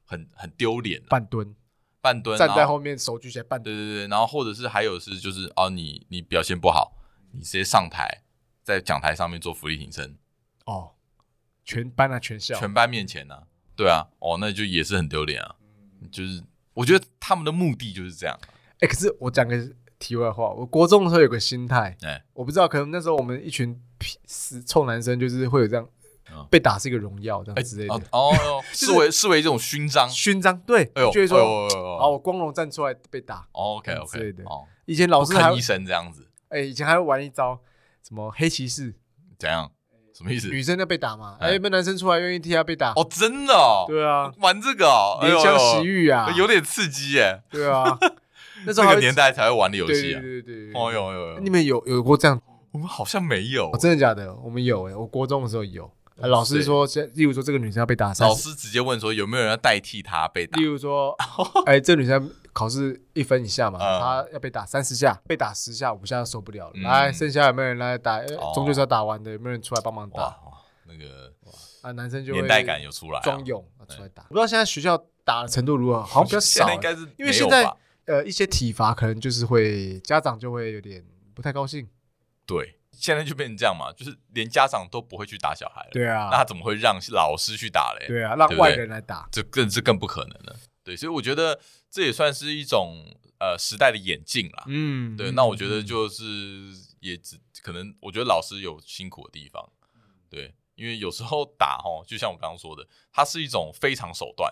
S1: 很很丢脸啊，
S2: 半蹲，
S1: 半蹲
S2: 站在
S1: 然后
S2: 后面手举起来半蹲，
S1: 对对对，然后或者是还有是就是哦你你表现不好，你直接上台在讲台上面做浮力挺身，
S2: 哦，全班啊全校，
S1: 全班面前呢、啊，对啊，哦那就也是很丢脸啊，
S2: 嗯
S1: 就是我觉得他们的目的就是这样，啊
S2: 哎、可是我讲个题外话，我国中的时候有个心态，
S1: 哎
S2: 我不知道，可能那时候我们一群屁死臭男生，就是会有这样、
S1: 嗯
S2: 被打是一个荣耀这样之类的、
S1: 哦哦
S2: *laughs*
S1: 哦，视为视为一种勋章，
S2: 勋章，对，
S1: 哎呦，
S2: 就会说，
S1: 哎呦
S2: 啊，我光荣站出来被打。
S1: ，OK OK，
S2: 之类的
S1: 哦，
S2: 以前老
S1: 不
S2: 师还
S1: 吭
S2: 会
S1: 一声这样子。
S2: 哎、以前还会玩一招，什么黑骑士，
S1: 怎样？什么意思？
S2: 女生要被打嘛，
S1: 哎
S2: 哎、被男生出来愿意替他被打，
S1: 哦，真的哦，
S2: 对啊，
S1: 玩这个哦，哎呦
S2: 怜香惜、玉啊
S1: 哎，呦有点刺激耶，
S2: 对
S1: *laughs*
S2: 啊，那时
S1: 这
S2: 候还
S1: 个
S2: 会
S1: 年代才会玩的游
S2: 对
S1: 戏
S2: 对
S1: 啊。
S2: 对对对，
S1: 哦呦呦呦，
S2: 你们有有过这样？
S1: 我们好像没有
S2: 哦，，真的假的？我们有哎、我国中的时候有，啊老师
S1: 对
S2: 说，例如说这个女生要被打，
S1: 哦老师直接问说有没有人要代替他被打
S2: 例？如说，哎，这女生考试一分以下嘛，
S1: 嗯
S2: 她要被打三十下，被打十下、五下就受不了了。
S1: 嗯
S2: 来，剩下有没有人来打？哎
S1: 哦
S2: 终究是要打完的，有没有人出来帮忙
S1: 哇
S2: 打？
S1: 哇，那个
S2: 啊，男生就会
S1: 年代感有出来啊。
S2: 装勇啊出来打。我不知道现在学校打的程度
S1: *laughs*
S2: 如何，好像比较
S1: 现
S2: 少
S1: 在应
S2: 欸。
S1: 该是
S2: 因为
S1: 没有
S2: 现在
S1: 吧
S2: 呃，一些体罚可能就是会家长就会有点不太高兴。
S1: 对，现在就变成这样嘛，就是连家长都不会去打小孩了，
S2: 对
S1: 那
S2: 啊，
S1: 他怎么会让老师去打嘞？
S2: 对啊，让
S1: 对不对
S2: 外人来打。
S1: 这更这更不可能了。对，所以我觉得这也算是一种呃时代的演进啦。
S2: 嗯
S1: 对，那我觉得就是也只可能，我觉得老师有辛苦的地方，对，因为有时候打哦，就像我刚刚说的，它是一种非常手段，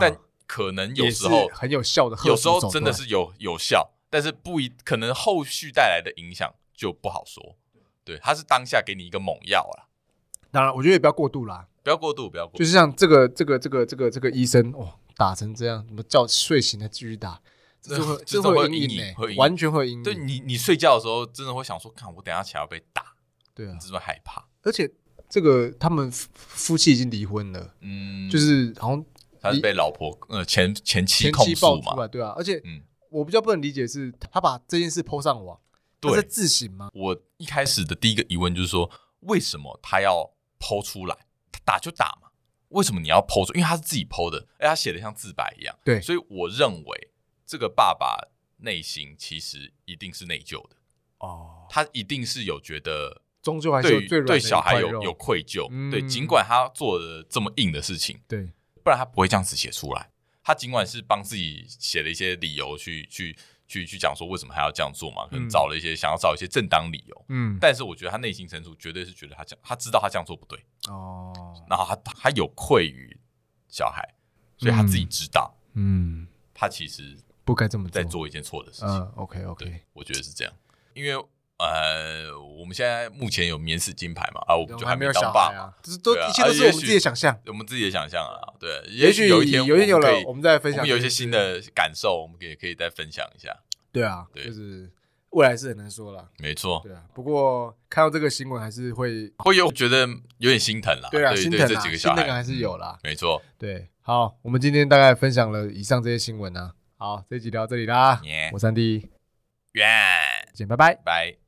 S1: 但可能有时候
S2: 啊嗯很有效的，
S1: 有时候真的是有有效，但是不一可能后续带来的影响就不好说。对，它是当下给你一个猛药啦，
S2: 当然，我觉得也不要过度啦。
S1: 不要过度，不要过
S2: 就
S1: 度。
S2: 是像这个这个这个这个这个医生，哇、打成这样，怎么叫睡醒了继续打？这会
S1: 这
S2: 这
S1: 会
S2: 会
S1: 有
S2: 有
S1: 阴
S2: 阴
S1: 影
S2: 影
S1: 会有
S2: 欸
S1: 阴，影
S2: 完全会有阴影。
S1: 对你，你睡觉的时候真的会想说，看我等一下起来要被打，
S2: 对啊
S1: 你，是不是害怕？
S2: 而且这个他们夫夫妻已经离婚了，
S1: 嗯，
S2: 就是好像
S1: 他是被老婆呃前前妻
S2: 前
S1: 控
S2: 妻爆
S1: 诉
S2: 出
S1: 嘛，
S2: 来，对啊，而且
S1: 嗯
S2: 我比较不能理解是，他把这件事抛上网，
S1: 对
S2: 他在自省吗？
S1: 我一开始的第一个疑问就是说，为什么他要剖出来？他打就打嘛，为什么你要剖出？因为他是自己剖的，哎，他写的像自白一样。
S2: 对
S1: 所以我认为这个爸爸内心其实一定是内疚的，
S2: 哦，
S1: 他一定是有觉得
S2: 终究还是
S1: 对
S2: 有
S1: 于
S2: 最软的
S1: 对
S2: 一
S1: 小孩
S2: 块
S1: 有
S2: 肉
S1: 有愧疚，
S2: 嗯
S1: 对，尽管他做了这么硬的事情，
S2: 对
S1: 不然他不会这样子写出来。他尽管是帮自己写了一些理由去去去去讲说为什么他要这样做嘛，可能
S2: 嗯
S1: 找了一些、想要找一些正当理由，
S2: 嗯
S1: 但是我觉得他内心深处绝对是觉得他这样，他知道他这样做不对，
S2: 哦
S1: 然后他他有愧于小孩，所以他自己知道、
S2: 嗯，
S1: 他其实
S2: 不该这么
S1: 在做一件错的事情。
S2: 嗯，OK
S1: 对
S2: OK，，
S1: 我觉得是这样，因为呃，我们现在目前有免死金牌嘛，啊，我们
S2: 我
S1: 就
S2: 们还没有
S1: 当
S2: 小
S1: 爸
S2: 孩
S1: 嘛，
S2: 啊，就是都
S1: 对啊
S2: 一切都
S1: 啊
S2: 是我
S1: 也
S2: 们
S1: 许
S2: 自己的想象。
S1: 我们自己的想象啊，对，也
S2: 也
S1: 许
S2: 许
S1: 有一天
S2: 有一天有
S1: 我们可
S2: 了
S1: 以，
S2: 我们再分
S1: 我
S2: 享。
S1: 们有一些新，的感受，我们也可以再分享一下。
S2: 对啊，
S1: 对
S2: 就是未来是很难说了，
S1: 没错，
S2: 对啊。不过看到这个新闻还是会，
S1: 会有觉得有点心疼啦，
S2: 对啊，心疼
S1: 对这
S2: 啊，
S1: 几个
S2: 心
S1: 小
S2: 疼感还
S1: 孩，
S2: 是有啦。
S1: 没错，
S2: 对，好，我们今天大概分享了以上这些新闻啊。好，这一集聊到这里啦
S1: Yeah，
S2: 我三弟，
S1: 愿
S2: 见，拜拜。
S1: 拜。